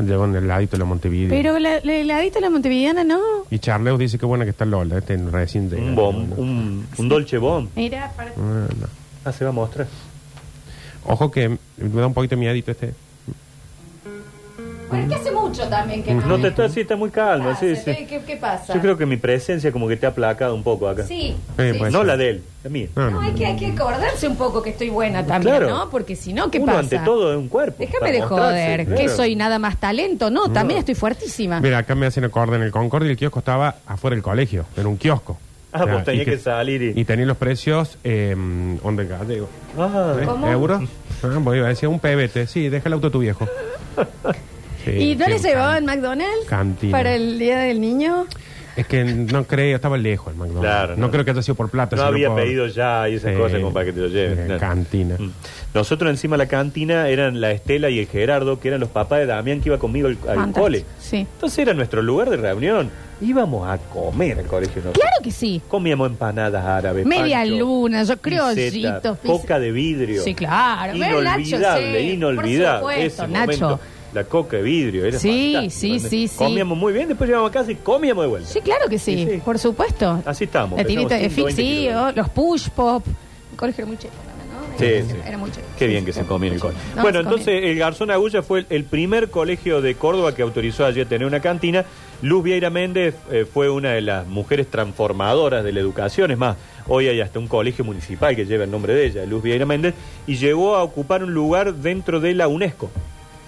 C: Llegó en el heladito de la Montevideo.
A: Pero la- el heladito de la montevideana no.
C: Y Charleus dice que buena que está Lola, este recién de...
D: Un, bom, un, un dolce bomb.
A: Mira, para-
D: Ah, se va a mostrar.
C: Ojo que me da un poquito de miedito este.
A: Bueno, es que hace mucho también que
D: No te está, sí, está muy calma.
A: Ah,
D: sí,
A: se
D: sí.
A: ve, ¿qué- qué pasa?
D: Yo creo que mi presencia como que te ha aplacado un poco acá.
A: Sí.
C: Eh,
A: sí.
C: pues,
D: No la de él, la mía.
C: No,
A: No,
C: no,
A: hay que, hay que acordarse un poco que estoy buena también,
D: Claro.
A: ¿no? Porque si no, ¿qué
D: Uno
A: pasa?
D: ante todo es un cuerpo.
A: Déjame
D: para
A: de
D: mostrarse,
A: joder, que
D: claro.
A: soy nada más talento, ¿no? También estoy fuertísima.
C: Mira, acá me hacen acorde en el Concordia, el kiosco estaba afuera del colegio, en un kiosco.
D: Ah, vos tenías
C: y
D: que salir y-
C: Y tenía los precios, eh, onda gallego.
D: Ah,
C: ¿Eh?
A: ¿Cómo?
C: ¿Euros? Ah, voy a decir un pebete. Sí, deja el auto a tu viejo. Sí,
A: ¿Y no
C: sí,
A: le
C: un
A: llevaban
C: eh, can-
A: McDonald's
C: cantina.
A: para el Día del Niño?
C: Es que no creo, estaba lejos el McDonald's.
D: Claro,
C: no,
D: no.
C: creo que haya sido por plata.
D: no
C: sino
D: había
C: por-
D: pedido ya y esas
C: Sí.
D: cosas como para que te lo lleven.
C: Eh,
D: claro.
C: Cantina.
D: Mm. Nosotros encima de la cantina eran la Estela y el Gerardo, que eran los papás de Damián que iba conmigo al, al
A: Fantástico,
D: cole.
A: sí.
D: Entonces era nuestro lugar de reunión. Íbamos a comer al colegio. nosotros.
A: Claro que sí.
D: Comíamos empanadas árabes.
A: Media
D: pancho,
A: luna, yo creo,
D: pisetas,
A: ojitos, pis-
D: Coca de vidrio.
A: Sí, claro. Ve, Nacho, sí,
D: Inolvidable,
A: por
D: inolvidable.
A: supuesto,
D: ese
A: Nacho.
D: momento, la coca de vidrio. Era
A: Sí,
D: fantástico,
A: sí,
D: ¿entendés?
A: sí, sí.
D: Comíamos muy bien, después llegábamos a casa y comíamos de vuelta.
A: Sí, claro que sí,
D: Sí, sí.
A: por supuesto.
D: Así estamos,
A: La tirita de
D: pesamos
A: Fix,
D: 120
A: sí,
D: kilos.
A: o los push pop. El colegio era muy chévere, ¿no?
D: Sí,
A: Era-
D: sí.
A: Era muy chévere.
D: Qué
A: Sí,
D: bien
A: sí,
D: que se
A: sí.
D: comía en el colegio.
A: No,
D: bueno,
A: se comía.
D: entonces el Garzón Agulla fue el, el primer colegio de Córdoba que autorizó allí a tener una cantina. Luz Vieira Méndez eh, fue una de las mujeres transformadoras de la educación. Es más, hoy hay hasta un colegio municipal que lleva el nombre de ella, Luz Vieira Méndez, y llegó a ocupar un lugar dentro de la UNESCO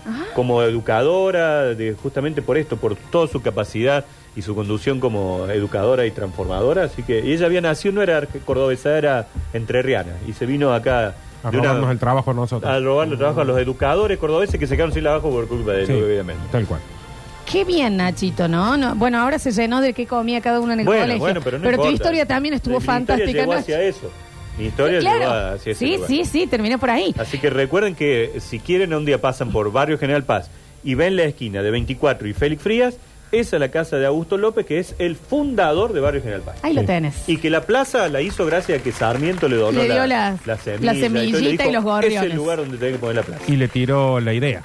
A: Ah.
D: como educadora, de- justamente por esto, por toda su capacidad y su conducción como educadora y transformadora. Así que y ella había nacido, no era arque- cordobesa, era entrerriana. Y se vino acá
C: A
D: de una-
C: robarnos el trabajo a nosotros.
D: Ah, a robarle el trabajo a los educadores cordobeses que se quedaron sin trabajo por culpa de él,
C: Sí,
D: obviamente.
C: Tal cual.
A: Qué bien, Nachito, ¿no? No, Bueno, ahora se llenó de qué comía cada uno en el
D: bueno,
A: colegio.
D: bueno, pero no
A: tu
D: importa.
A: historia también estuvo
D: Mi
A: fantástica,
D: historia llegó
A: ¿no?
D: hacia eso. Mi historia
A: Claro.
D: llegó hacia ese
A: sí,
D: lugar.
A: sí, sí, terminó por ahí.
D: Así que recuerden que si quieren un día pasan por Barrio General Paz y ven la esquina de 24 y Félix Frías, esa es la casa de Augusto López, que es el fundador de Barrio General Paz.
A: Ahí lo tenés.
D: Y que la plaza la hizo gracias a que Sarmiento le donó
A: Le dio
D: la,
A: las-
D: la
A: la
D: semilla,
A: semillita
D: Entonces le dijo,
A: y los
D: Es
A: gorriones".
D: el lugar donde tenés que poner la plaza.
C: Y le tiró la idea.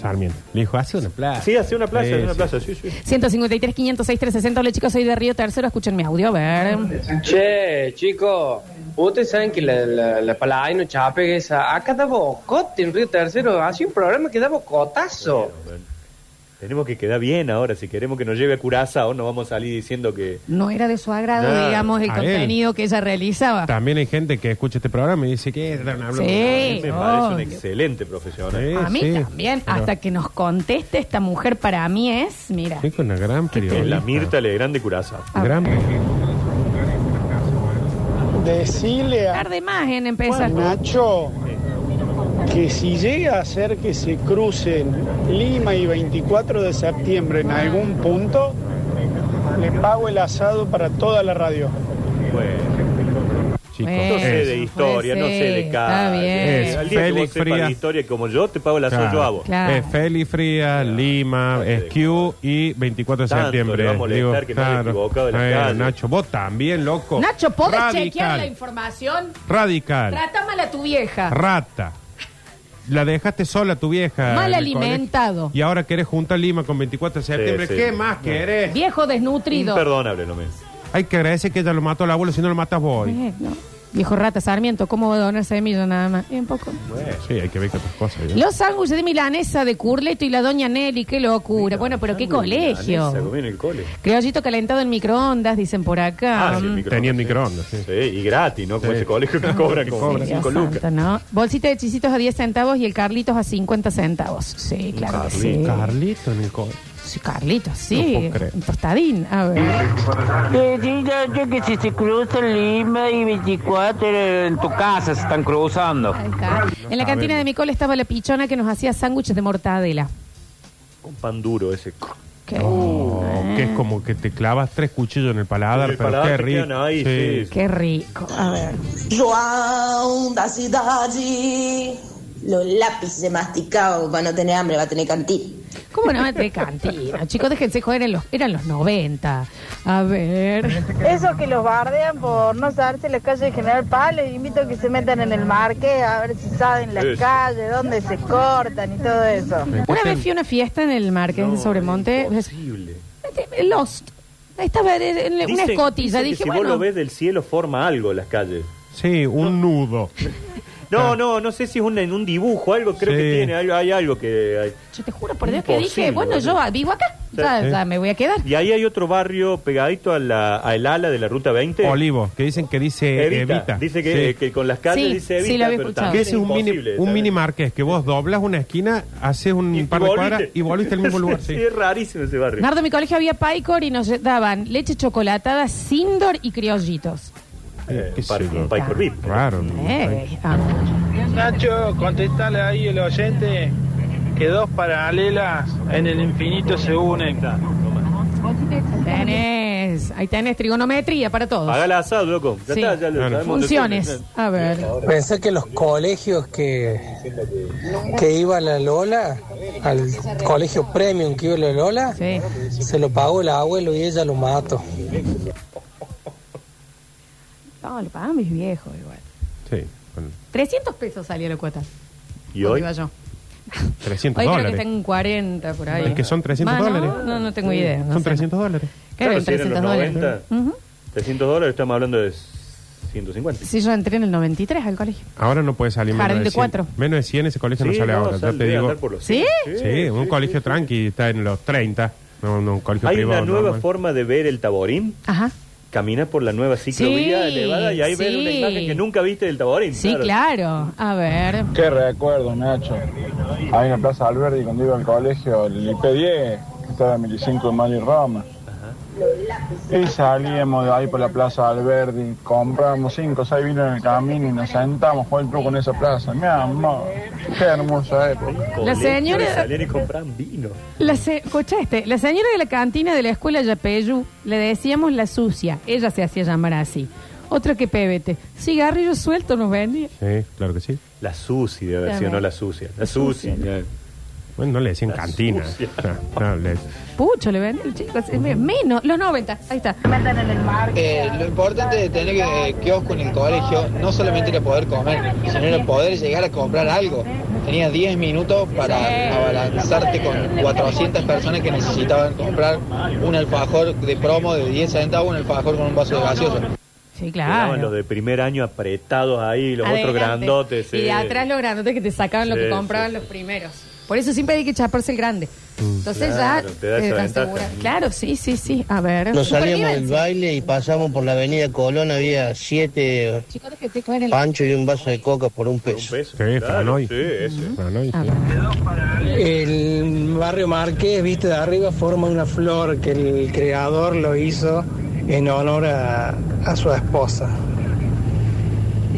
C: Sarmiento. Le dijo, hace una plaza.
D: Sí, hace una plaza,
C: Sí,
D: hace una
C: sí.
D: plaza, sí, sí.
A: 153, 506, 360. Hola, chicos, soy de Río Tercero. Escuchen mi audio, a ver.
F: Che, chicos, ustedes saben que la, la, la Palaino Chape esa, acá da bocote en Río Tercero, hace un programa que da bocotazo.
D: Tenemos que quedar bien ahora. Si queremos que nos lleve a Curazao, no vamos a salir diciendo que...
A: No era de su agrado,
D: Nada,
A: digamos, el
C: a
A: contenido que ella realizaba.
C: También hay gente que escucha este programa y dice que... hablan-
A: Sí.
D: Me
A: obvio.
D: parece un excelente profesional.
C: Sí,
A: a mí
C: sí,
A: también,
C: pero-
A: hasta que nos conteste esta mujer, para mí es, mira.
C: Sí, con una gran
D: Es
C: periodista.
D: la Mirta Legrand de Curazao.
C: Gran
A: Ah,
H: Decirle a
A: Tarde más en empezar.
H: Nacho que si llega a ser que se crucen Lima y 24 de septiembre en algún punto, le pago el asado para toda la radio.
D: Bueno.
C: chico. Eh,
A: Bueno.
D: No sé
C: Es.
D: de
A: Eso,
D: historia, no
A: puede
D: sé
A: ser,
D: de calle.
A: está
C: bien.
D: Al día que vos
C: Félix
D: sepas
C: Frías.
D: de historia como yo, te pago la
C: Claro.
D: soy yo a vos.
A: Claro.
C: Es Feli Fría, Lima, SQ y 24 de
D: Tanto
C: septiembre.
D: le va a molestar que me haya equivocado de la
C: Bueno,
D: calle.
C: Nacho, vos también, loco.
A: Nacho, ¿podés
C: Radical,
A: chequear la información?
C: Radical.
A: Trata mal a tu vieja.
C: Rata. La dejaste sola tu vieja.
A: Mal
C: en el
A: alimentado.
C: colegio. Y ahora querés juntar Lima con 24 de septiembre.
D: sí.
C: ¿Qué más querés?
A: Viejo desnutrido.
D: Imperdonable, no me.
C: Hay que agradecer que ella lo mató al abuelo, si no lo matas vos.
A: Eh, no. Viejo rata, Sarmiento, ¿cómo va a donar semillas nada más? Eh, un poco.
C: Sí, hay que ver que otras cosas. ¿eh?
A: Los sándwiches de milanesa de Curleto y la doña Nelly, qué locura. bueno, pero qué
D: Se
A: colegio.
D: comió en el cole. Ah,
A: Criollito calentado en microondas, dicen por acá.
D: sí,
A: Mm.
D: microondas,
C: Tenía
D: sí.
C: microondas, sí.
D: Sí, y gratis, ¿no? Como
C: Sí.
D: ese colegio que cobran
C: Que
D: como
C: cobran.
D: 5
A: Dios
D: lucas.
A: santo, ¿no? Bolsita de chisitos a 10 centavos y el Carlitos a 50 centavos. Sí, claro que sí.
C: Carlito en el colegio.
A: Sí, Carlitos, sí.
C: No puedo creer.
A: Un tostadín. A ver.
I: Que diga yo que si se cruza Lima y 24 en tu casa se están cruzando.
A: Ahí está. En la cantina de mi cole estaba la pichona que nos hacía sándwiches de mortadela.
D: Un pan duro ese.
A: Qué
C: Oh,
A: Ah.
C: que es como que te clavas tres cuchillos en el paladar,
D: En el
C: pero
D: paladar
C: qué
D: te
C: rico.
D: quedan ahí, sí.
A: Qué rico. A ver.
J: João da cidade. Los lápices masticados para no tener hambre, va a tener cantín.
A: ¿Cómo no de cantina? Chicos, déjense joder, en los, eran los 90. A ver.
K: Esos que los bardean por no saberse las calles de General Paz, les invito a que se metan en el marqués a ver si saben las
D: Eso.
K: calles, dónde se cortan y todo eso.
A: Una vez fui a una fiesta en el Marqués de Sobremonte.
D: Imposible.
A: Lost. Estaba en una
D: Dicen-
A: escotilla.
D: dicen que
A: Dije,
D: si vos
A: bueno.
D: lo ves del cielo forma algo las calles.
C: Sí, un nudo.
D: No, no, no sé si es un, en un dibujo, algo creo
C: Sí.
D: que tiene, hay, hay algo que... hay.
A: Yo te juro por Dios que
D: Imposible,
A: dije, bueno, yo
D: boludo.
A: vivo acá. Ya,
C: Sí.
A: ya me voy a quedar.
D: Y ahí hay otro barrio pegadito a la, al ala de la Ruta 20.
C: Olivos, que dicen que dice eh, Evita.
D: Dice que,
C: Sí.
D: que con las calles
A: Sí,
D: dice
A: sí,
D: Evita.
A: lo había
D: pero
A: escuchado.
C: Que
D: también
C: ese es un mini,
D: imposible
C: un
D: también.
C: mini marqués, que vos doblas una esquina, haces un
D: Y- y
C: par de
D: volviste.
C: cuadras y volviste al mismo lugar.
D: Sí,
C: Sí.
D: es rarísimo ese barrio.
A: Nardo, en mi colegio había Picor y nos daban leche chocolatada, Sindor y criollitos.
D: Eh,
C: Qué sé
D: para-
C: yo.
D: para Corvip.
C: Raro.
A: Eh, ah,
H: Nacho, contestale ahí el oyente que dos paralelas en el infinito se unen.
A: tenés, ahí tenés trigonometría para todos.
D: Haga el asado, loco. Ya
A: Sí.
D: está, ya lo
C: Claro.
D: sabemos.
A: Funciones. A ver.
F: Pensé que los colegios que, que iba la Lola, Ah, al colegio premium que iba la Lola,
A: Sí.
F: se lo pagó el abuelo y ella lo mató.
A: No, lo pagaban mis viejos igual.
C: Sí, con
A: 300 pesos salía la cuota.
D: ¿Y hoy?
A: Iba yo.
C: 300
A: Hoy creo
C: dólares.
A: que tengo 40 por ahí.
C: ¿Y que son 300
A: Más,
C: dólares?
A: No, no, no tengo idea. no
C: Son
A: sé.
C: 300 dólares.
A: ¿Qué eran
D: Claro, si eran
A: 300
D: los
A: dólares?
D: 90.
A: Ujú.
D: 300 dólares, estamos hablando de 150.
A: Sí, yo entré en el 93 al colegio.
C: Ahora no puede salir menos
A: Jardín
C: de
A: de
C: 100.
A: cuatro.
C: Menos de 100 ese colegio no
D: Sí,
C: sale
D: no,
C: ahora, ya
D: sal-
C: te
D: debe
C: digo.
D: andar por los
A: ¿Sí?
D: cien.
C: Sí, un colegio tranqui está en los 30. No, no, un colegio
D: Hay
C: privado.
D: una nueva
C: normal.
D: forma de ver el Taborín.
A: Ajá.
D: Camina por la nueva ciclovía
A: Sí,
D: elevada y ahí ves
A: sí.
D: una imagen que nunca viste del Taborín.
A: Sí, claro. A ver.
H: Qué recuerdo, Nacho. Ahí en la Plaza Alberdi, cuando iba al colegio, el IP10, que estaba en 25 de Mayo y Roma. Y salíamos de ahí por la Plaza Alberdi, compramos cinco o seis vinos en el camino y nos sentamos, fue el truco en esa plaza. Mi amor, qué hermosa época.
A: La señora-
D: Salían y compraban vino.
A: La se- escuchá este. La señora de la cantina de la escuela Yapeyú le decíamos la sucia. Ella se hacía llamar así. Otra que pebete. Cigarrillo suelto nos vendía.
C: Sí, claro que sí.
D: La sucia debe haber sido,
A: También.
D: no la sucia. La sucia.
C: Bueno, no le decían cantina. Ah,
D: sucia.
C: No, no, le-
A: Pucho le vendía, chicos. Eh, Menos. Los 90. Ahí está.
F: Eh, lo importante de tener eh, kiosco en el colegio no solamente era poder comer, sino era poder llegar a comprar algo. Tenías 10 minutos para abalanzarte con 400 personas que necesitaban comprar un alfajor de promo de 10 centavos, un alfajor con un vaso de gaseosa.
A: Sí,
D: Quedaban los
A: claro.
D: de primer año apretados ahí, los otros
A: Adelante.
D: grandotes.
A: Y
D: eh.
A: de atrás los grandotes que te sacaban lo
D: Sí,
A: que compraban
D: sí,
A: los primeros. Por eso siempre hay que chaparse el grande. Entonces
D: Claro,
A: ya
D: te da esa ventaja.
A: asegura- Claro, sí, sí, sí. A ver.
I: Nos salíamos del
A: Supervivencia.
I: baile y pasamos por la avenida Colón, había siete
A: Chicos, déjate comer el-
I: panchos y un vaso de coca por un
D: Un
I: peso.
D: peso,
C: Sí,
D: claro,
C: Franoy.
D: sí, ese.
C: Franoy,
A: A
C: sí.
A: ver.
F: El barrio Marqués, viste, de arriba forma una flor que el creador lo hizo en honor a, a su esposa.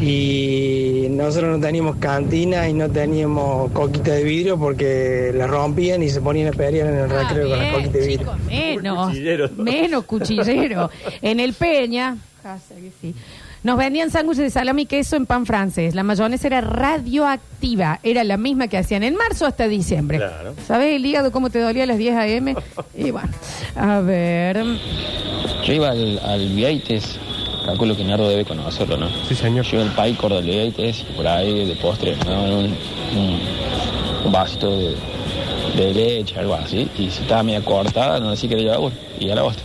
F: Y nosotros no teníamos cantina y no teníamos coquita de vidrio porque la rompían y se ponían a pelear en el
A: Ah,
F: recreo con la
A: bien,
F: coquita de vidrio.
A: chicos, menos,
D: Cuchillero.
A: menos cuchillero. En el Peña, hashtag que sí, nos vendían sándwiches de salami y queso en pan francés. La mayonesa era radioactiva, era la misma que hacían en marzo hasta diciembre.
D: Claro.
A: ¿Sabes el hígado cómo te dolía a las 10 a.m.? Y bueno, a ver.
I: Yo iba al, al Vieites, calculo que Nardo debe conocerlo, ¿no?
C: Sí, señor.
I: Yo iba al Paycor del Vieites y por ahí de postre, ¿no? Un, un, un vasito de, de leche, algo así. Y si estaba media cortada, no sé si quería yogur y a la bosta.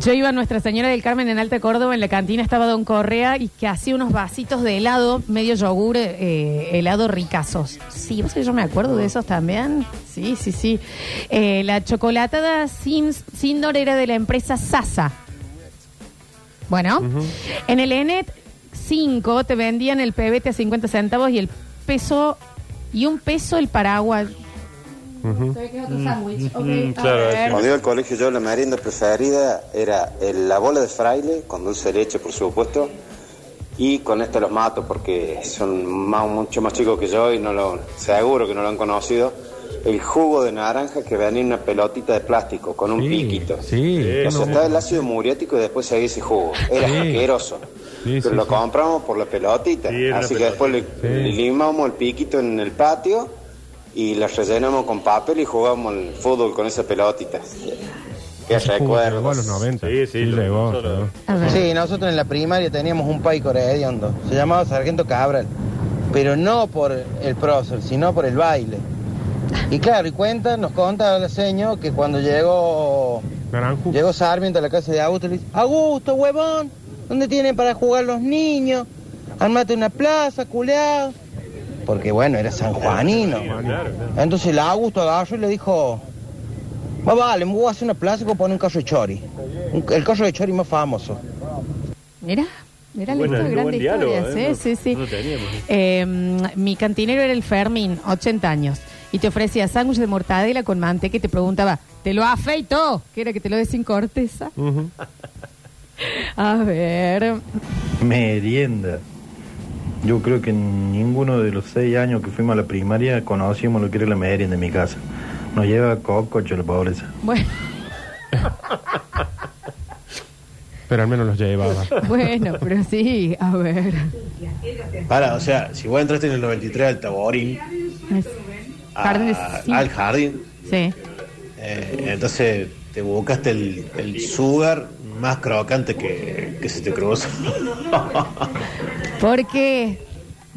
A: Yo iba a Nuestra Señora del Carmen en Alta Córdoba, en la cantina estaba Don Correa y que hacía unos vasitos de helado, medio yogur, eh, helado ricazos. Sí, ¿vos sabés que yo me acuerdo de esos también. Sí, sí, sí. Eh, la chocolatada Sims- Sindor era de la empresa Sasa. Bueno, en el ENET 5 te vendían el pebete a 50 centavos y el peso, y un peso el paraguas. ¿Sabes qué es otro sándwich? Ok,
D: mm,
A: a
D: claro,
A: ver.
L: Cuando iba al colegio yo la merienda preferida era el- la bola de fraile, con dulce de leche por supuesto, y con esto los mato porque son más- mucho más chicos que yo y no lo, seguro que no lo han conocido. El jugo de naranja que venía en una pelotita de plástico con un piquito.
C: Sí,
L: o sea,
C: no.
L: estaba el ácido muriático y después seguía ese jugo. Era
C: Sí.
L: asqueroso.
C: Sí,
L: Pero
C: sí,
L: lo
C: sí.
L: compramos por la pelotita.
C: era
L: Así
C: una
L: que después le, le limamos el piquito en el patio y la rellenamos con papel y jugamos al fútbol con esa pelotita. Qué
C: Llegó a
L: recuerdo.
C: los 90. Sí, sí, llegó. llegó.
M: Sí, nosotros en la primaria teníamos un paico hediondo, se llamaba Sargento Cabral, pero no por el prócer, sino por el baile. Y claro, y cuenta, nos cuenta el señor que cuando llegó llegó Sarmiento a la casa de Augusto, le dice, Augusto, huevón, ¿dónde tienen para jugar los niños? Armate una plaza, culeado. Porque bueno, era sanjuanino. Entonces el Augusto agarró y le dijo, va, vale, me voy a hacer una plaza y voy a poner un caso de chori. Un- el caso de chori más famoso.
A: Mirá, mirá
M: Bueno,
A: listo,
M: buen
A: grandes
M: diálogo,
A: historias,
M: ¿eh?
A: ¿eh?
M: No-
A: sí, sí.
M: no lo teníamos.
A: Eh, mi cantinero era el Fermín, 80 años, y te ofrecía sándwich de mortadela con manteca y te preguntaba, ¿te lo afeito? Que era que te lo des sin corteza. A ver,
N: Merienda. Yo creo que ninguno de los seis años que fuimos a la primaria conocimos lo que era la merienda en mi casa. Nos lleva cococho la pobreza.
A: bueno,
C: Pero al menos los llevaba.
A: bueno, pero sí, a ver.
O: Para, o sea, si vos entraste en el 93 al Taborín,
A: Es-
O: a-
M: Ah,
A: Jardines, sí.
O: al Ah, jardín,
A: Sí.
O: eh, entonces te buscaste el, el sugar más crocante que, que se te cruza.
A: ¿Por qué?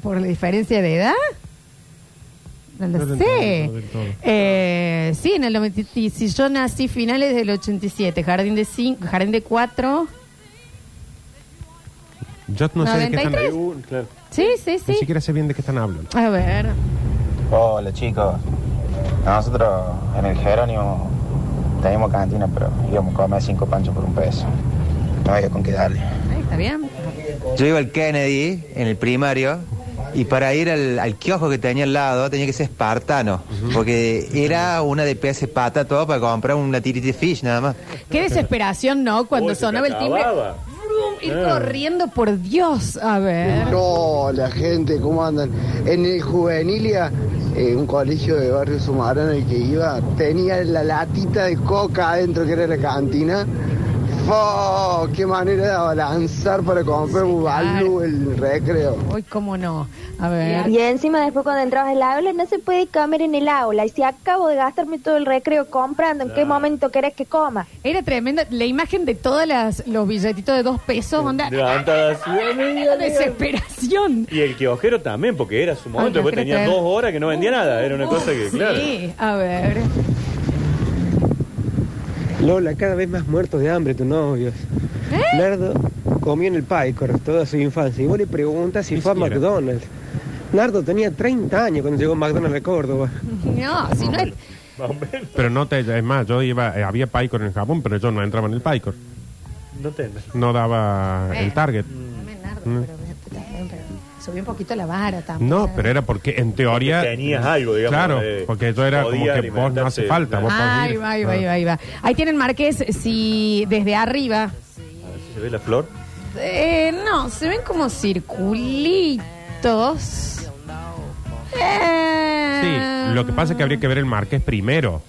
A: ¿Por la diferencia de edad? No lo
O: No te
A: sé.
O: entiendo del todo.
A: Eh, sí, en el 97. Si yo nací finales del 87, jardín de 5, jardín de 4.
C: Yo no sé de qué están
A: 93.
D: Uh,
C: hablando.
A: Sí, sí,
C: Ni
A: sí.
C: siquiera sé bien de qué están hablando.
A: A ver.
L: Hola chicos, nosotros en el Jerónimo teníamos cantina, pero íbamos a comer cinco panchos por un peso. No había con qué darle.
A: Ahí está bien.
P: Yo iba al Kennedy en el primario y para ir al, al kiosco que tenía al lado tenía que ser espartano, porque era una de PS pata todo para comprar una tirita de fish nada más.
A: Qué desesperación, ¿no? Cuando
P: Uy, se te
A: sonaba el timbre.
P: acababa.
A: ¡Brum! Ir
P: Ah.
A: corriendo, por Dios. A ver.
Q: No, la gente, ¿cómo andan? En el Juvenilia, eh, un colegio de barrio Sumarán al que iba, tenía la latita de coca adentro que era la cantina. ¡Oh! ¡Qué manera de abalanzar para comprar bubalú el recreo!
A: Uy, cómo no. A
R: Y
A: ver.
R: encima después cuando entrabas al aula no se puede comer en el aula. Y si acabo de gastarme todo el recreo comprando, ¿en qué momento querés que coma?
A: Era tremenda la imagen de todos los billetitos de dos pesos. Onda.
D: Levantadas así,
A: Desesperación.
D: Y el quiojero también, porque era su momento,
A: Ay,
D: porque
A: quiojero
D: tenía
A: traer.
D: dos horas que no vendía nada. Era una cosa que, claro.
A: Sí, a ver.
S: Lola, cada vez más muertos de hambre tus novios. Nardo comió en el Paycor toda su infancia y vos le preguntas si fue a
A: siquiera.
S: McDonald's. Nardo tenía 30 años cuando llegó McDonald's a Córdoba.
A: No, si no es.
C: Pero no te, es más, yo iba, eh, había Paycor en Japón, pero yo no entraba en el Paycor.
D: No te
C: No daba
A: Eh,
C: el target. Mm.
A: Subí un poquito la vara también.
C: No, pero era porque en teoría.
D: Porque tenías algo, digamos,
C: Claro,
D: eh,
C: porque yo era como
D: podía
C: que vos no hace
D: alimentarse,
C: falta.
D: claro.
C: Vos Ah. podés
A: Ahí
C: ir.
A: va, ahí va, ahí va, ahí va. Ahí tienen Marqués, si desde arriba.
D: ¿Se ve la flor?
A: Eh, no, se ven como circulitos. Eh,
C: Sí, lo que pasa es que habría que ver el Marqués primero.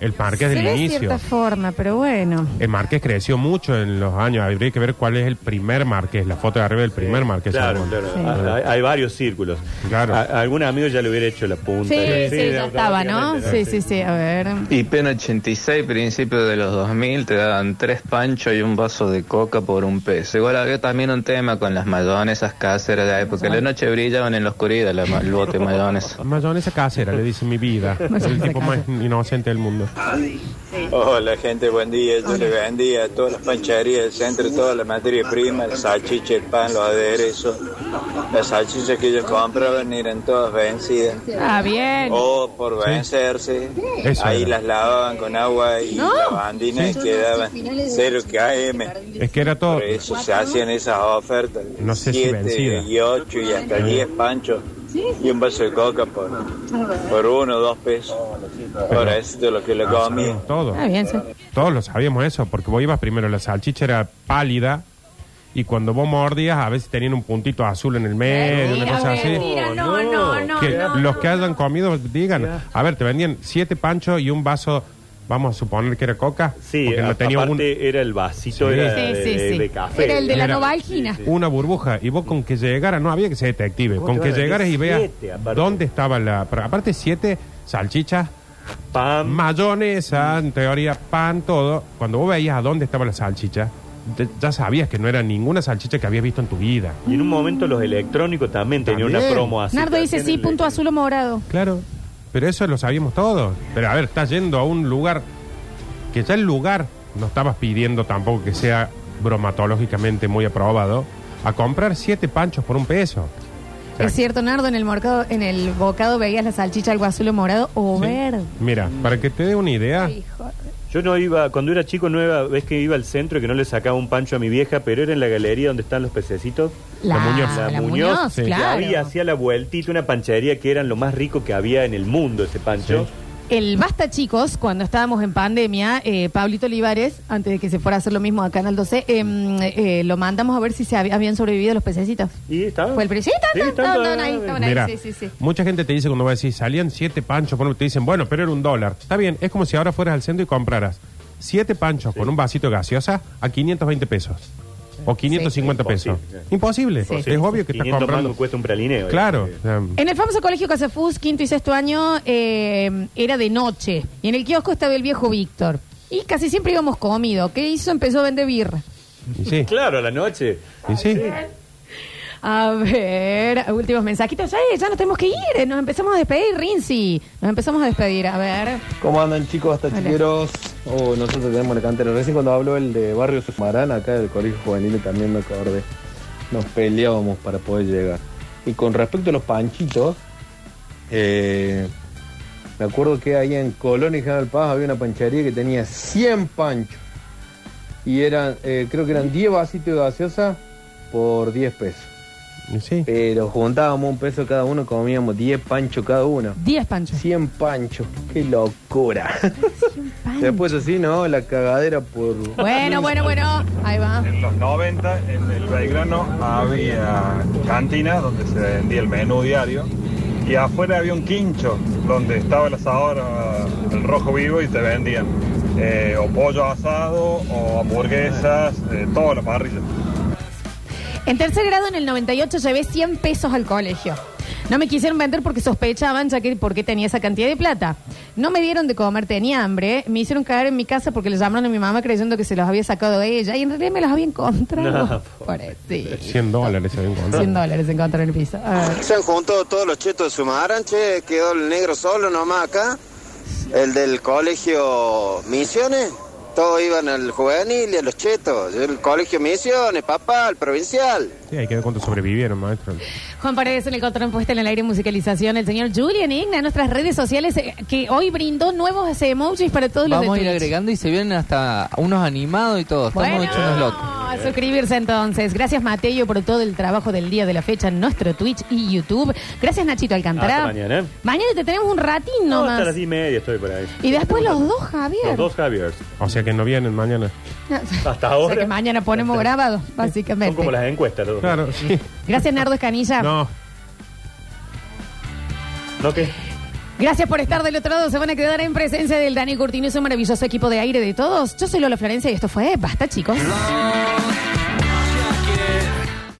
C: El Marqués
A: se
C: del
A: ve de
C: inicio.
A: cierta forma, pero bueno.
C: El Marqués creció mucho en los años. Habría que ver cuál es el primer Marqués, la foto de arriba del primer Marqués.
D: Claro,
C: según.
D: claro.
C: Sí.
D: Ah, Hay, hay varios círculos.
C: Claro.
D: A, a algún amigo ya le hubiera hecho la
A: Sí,
D: punta.
A: sí, ya estaba, ¿no? Sí, sí, sí, a ver.
T: IP en 86, principio de los 2000, te daban tres panchos y un vaso de coca por un peso. Igual había también un tema con las mayonesas caseras de la época. La noche brillaban en la oscuridad la ma- el bote de mayonesa.
C: Mayonesa casera, le dice mi vida. el tipo más inocente del mundo.
U: Hola gente, buen día. Yo le vendía a todas las pancherías del centro, toda la materia prima, el salchicha, el pan, los aderezos. Las salchichas que ellos compraban eran todas vencidas.
A: Ah, bien.
F: Oh.
U: O por vencerse,
C: Eso
U: ahí
C: era.
U: las lavaban con agua y
A: No.
U: lavandina y
A: Sí.
U: quedaban cero KM.
C: Es que era todo.
U: Por eso se hacían esas ofertas.
C: No sé si
U: Siete
C: vencida.
U: y ocho y hasta diez panchos. y un vaso de coca por, por uno o dos pesos. Ahora, eso es lo que le comí.
C: Todo.
A: Está Ah, bien, sí.
C: Todos lo sabíamos eso, porque vos ibas primero, la salchicha era pálida. Y cuando vos mordías, a veces tenían un puntito azul en el medio, una cosa así.
A: Mentira, no, no, no.
C: que
A: no.
C: los que hayan comido digan, a ver, te vendían siete panchos y un vaso, vamos a suponer que era coca,
D: Sí,
C: porque no tenía
D: aparte
C: un-
D: era el vasito
C: Sí.
D: era
A: Sí,
D: de,
A: sí, sí.
D: de café.
A: Era el de la
C: Era-
A: novalgina.
C: una burbuja. Y vos con que llegara, no había que ser detective,
D: ¿Cómo
C: con
D: te
C: que
D: van a
C: llegaras y
D: decir
C: veas
D: siete, aparte?
C: dónde estaba la... pero aparte siete salchichas, mayonesa, en teoría pan, todo. Cuando vos veías a dónde estaba la salchicha, te- ya sabías que no era ninguna salchicha que habías visto en tu vida.
D: Y en un momento los electrónicos también tenían una
C: También.
D: promo así.
A: Nardo dice sí, punto azul o morado.
C: Claro, pero eso lo sabíamos todos. Pero a ver, estás yendo a un lugar que ya el lugar no estabas pidiendo tampoco que sea bromatológicamente muy aprobado, a comprar siete panchos por un peso. O sea,
A: Es cierto, Nardo, en el mercado, en el bocado veías la salchicha algo azul o morado o verde.
C: Mira, para que te dé una idea,
D: Yo no iba, cuando era chico no iba, ves que iba al centro y que no le sacaba un pancho a mi vieja, pero era en la galería donde están los pececitos.
A: La- La Muñoz. la Muñoz,
D: que
A: claro.
D: había, hacía la vueltita, una panchería que era lo más rico que había en el mundo ese pancho.
A: El Basta Chicos, cuando estábamos en pandemia, eh, Pablito Olivares, antes de que se fuera a hacer lo mismo acá en el 12, em, eh, lo mandamos a ver si se hab- habían sobrevivido los pececitos.
D: ¿Y estaba?
A: ¿Fue el precito?
D: Sí, estaba-
A: Estaban ahí, estaban ahí,
C: mira,
A: sí, sí, sí.
C: mucha gente te dice cuando va a decir, salían siete panchos, por te dicen, bueno, pero era un dólar. Está bien, es como si ahora fueras al centro y compraras siete panchos con un vasito de gaseosa a 520 pesos. O 550 pesos. Imposible.
A: Sí.
C: Es obvio que estás
D: 500
C: comprando.
D: mangos cuesta eh, un pralineo.
C: Claro. o sea,
A: En el famoso colegio Casafus, quinto y sexto año, eh, era de noche. Y en el kiosco estaba el viejo Víctor. Y casi siempre íbamos comido. ¿Qué hizo? Empezó a vender birra.
D: Claro, a la noche.
A: A ver, últimos mensajitos. Ya, ya nos tenemos que ir. eh. Nos empezamos a despedir, Rinzi. Nos empezamos a despedir. A ver.
E: ¿Cómo andan chicos? ¿Hasta
A: Hola.
E: chiqueros? Oh, nosotros tenemos la cantera. Recién cuando habló el de Barrio Sumarán, acá del Colegio Juvenil también me acordé. Nos peleábamos para poder llegar. Y con respecto a los panchitos, eh, me acuerdo que ahí en Colón y General Paz había una panchería que tenía 100 panchos. Y eran, eh, creo que eran 10 vasitos de gaseosa por 10 pesos. Pero juntábamos un peso cada uno, comíamos 10 panchos cada uno.
A: 10 panchos.
E: 100 panchos. Qué locura. Después así, ¿no? La cagadera por...
A: Bueno, bueno, bueno. Ahí va.
V: En los eh, 90 en el Belgrano había cantinas donde se vendía el menú diario y afuera había un quincho donde estaba el asador, ah, el rojo vivo y te vendían eh, o pollo asado o hamburguesas, eh, toda la parrilla.
A: En tercer grado, en el 98, llevé 100 pesos al colegio. No me quisieron vender porque sospechaban ya que por qué tenía esa cantidad de plata. No me dieron de comer, tenía hambre. Me hicieron caer en mi casa porque le llamaron a mi mamá creyendo que se los había sacado de ella y en realidad me los había encontrado.
C: No,
A: Pobre, sí.
C: 100 dólares se habían comprado.
A: 100 dólares encontré en el piso. A ver.
L: Se han juntado todos los chetos de Sumaran, che, quedó el negro solo nomás acá, el del colegio Misiones, todos iban al juvenil y a los chetos, el colegio Misiones, papá, el provincial.
C: Sí, hay que ver cuántos sobrevivieron, maestro.
A: Juan Paredes en el control puesta en el aire y musicalización. El señor Julian Igna en nuestras redes sociales eh, que hoy brindó nuevos emojis para todos los
B: Vamos a
A: de
B: ir
A: Twitch.
B: agregando y se vienen hasta unos animados y todo. Estamos
A: Bueno.
B: hechos unos locos.
A: A suscribirse entonces. Gracias Mateo por todo el trabajo del día de la fecha en nuestro Twitch y YouTube. Gracias Nachito Alcántara.
D: Ah, Hasta mañana. ¿eh?
A: Mañana te tenemos un ratín
D: No, hasta
A: nomás.
D: las 10 y media estoy por ahí.
A: Y después los dos, Javier.
D: Los dos Javiers.
C: O sea que no vienen mañana.
D: Hasta
A: O sea que
D: ahora.
A: mañana ponemos grabado, básicamente.
D: Son como las encuestas. los dos.
C: Claro, sí.
A: Gracias Nardo Escanilla.
C: No.
D: ¿No qué?
A: Gracias por estar del otro lado. Se van a quedar en presencia del Dani Curtino y su maravilloso equipo de aire de todos. Yo soy Lola Florencia y esto fue Basta, chicos.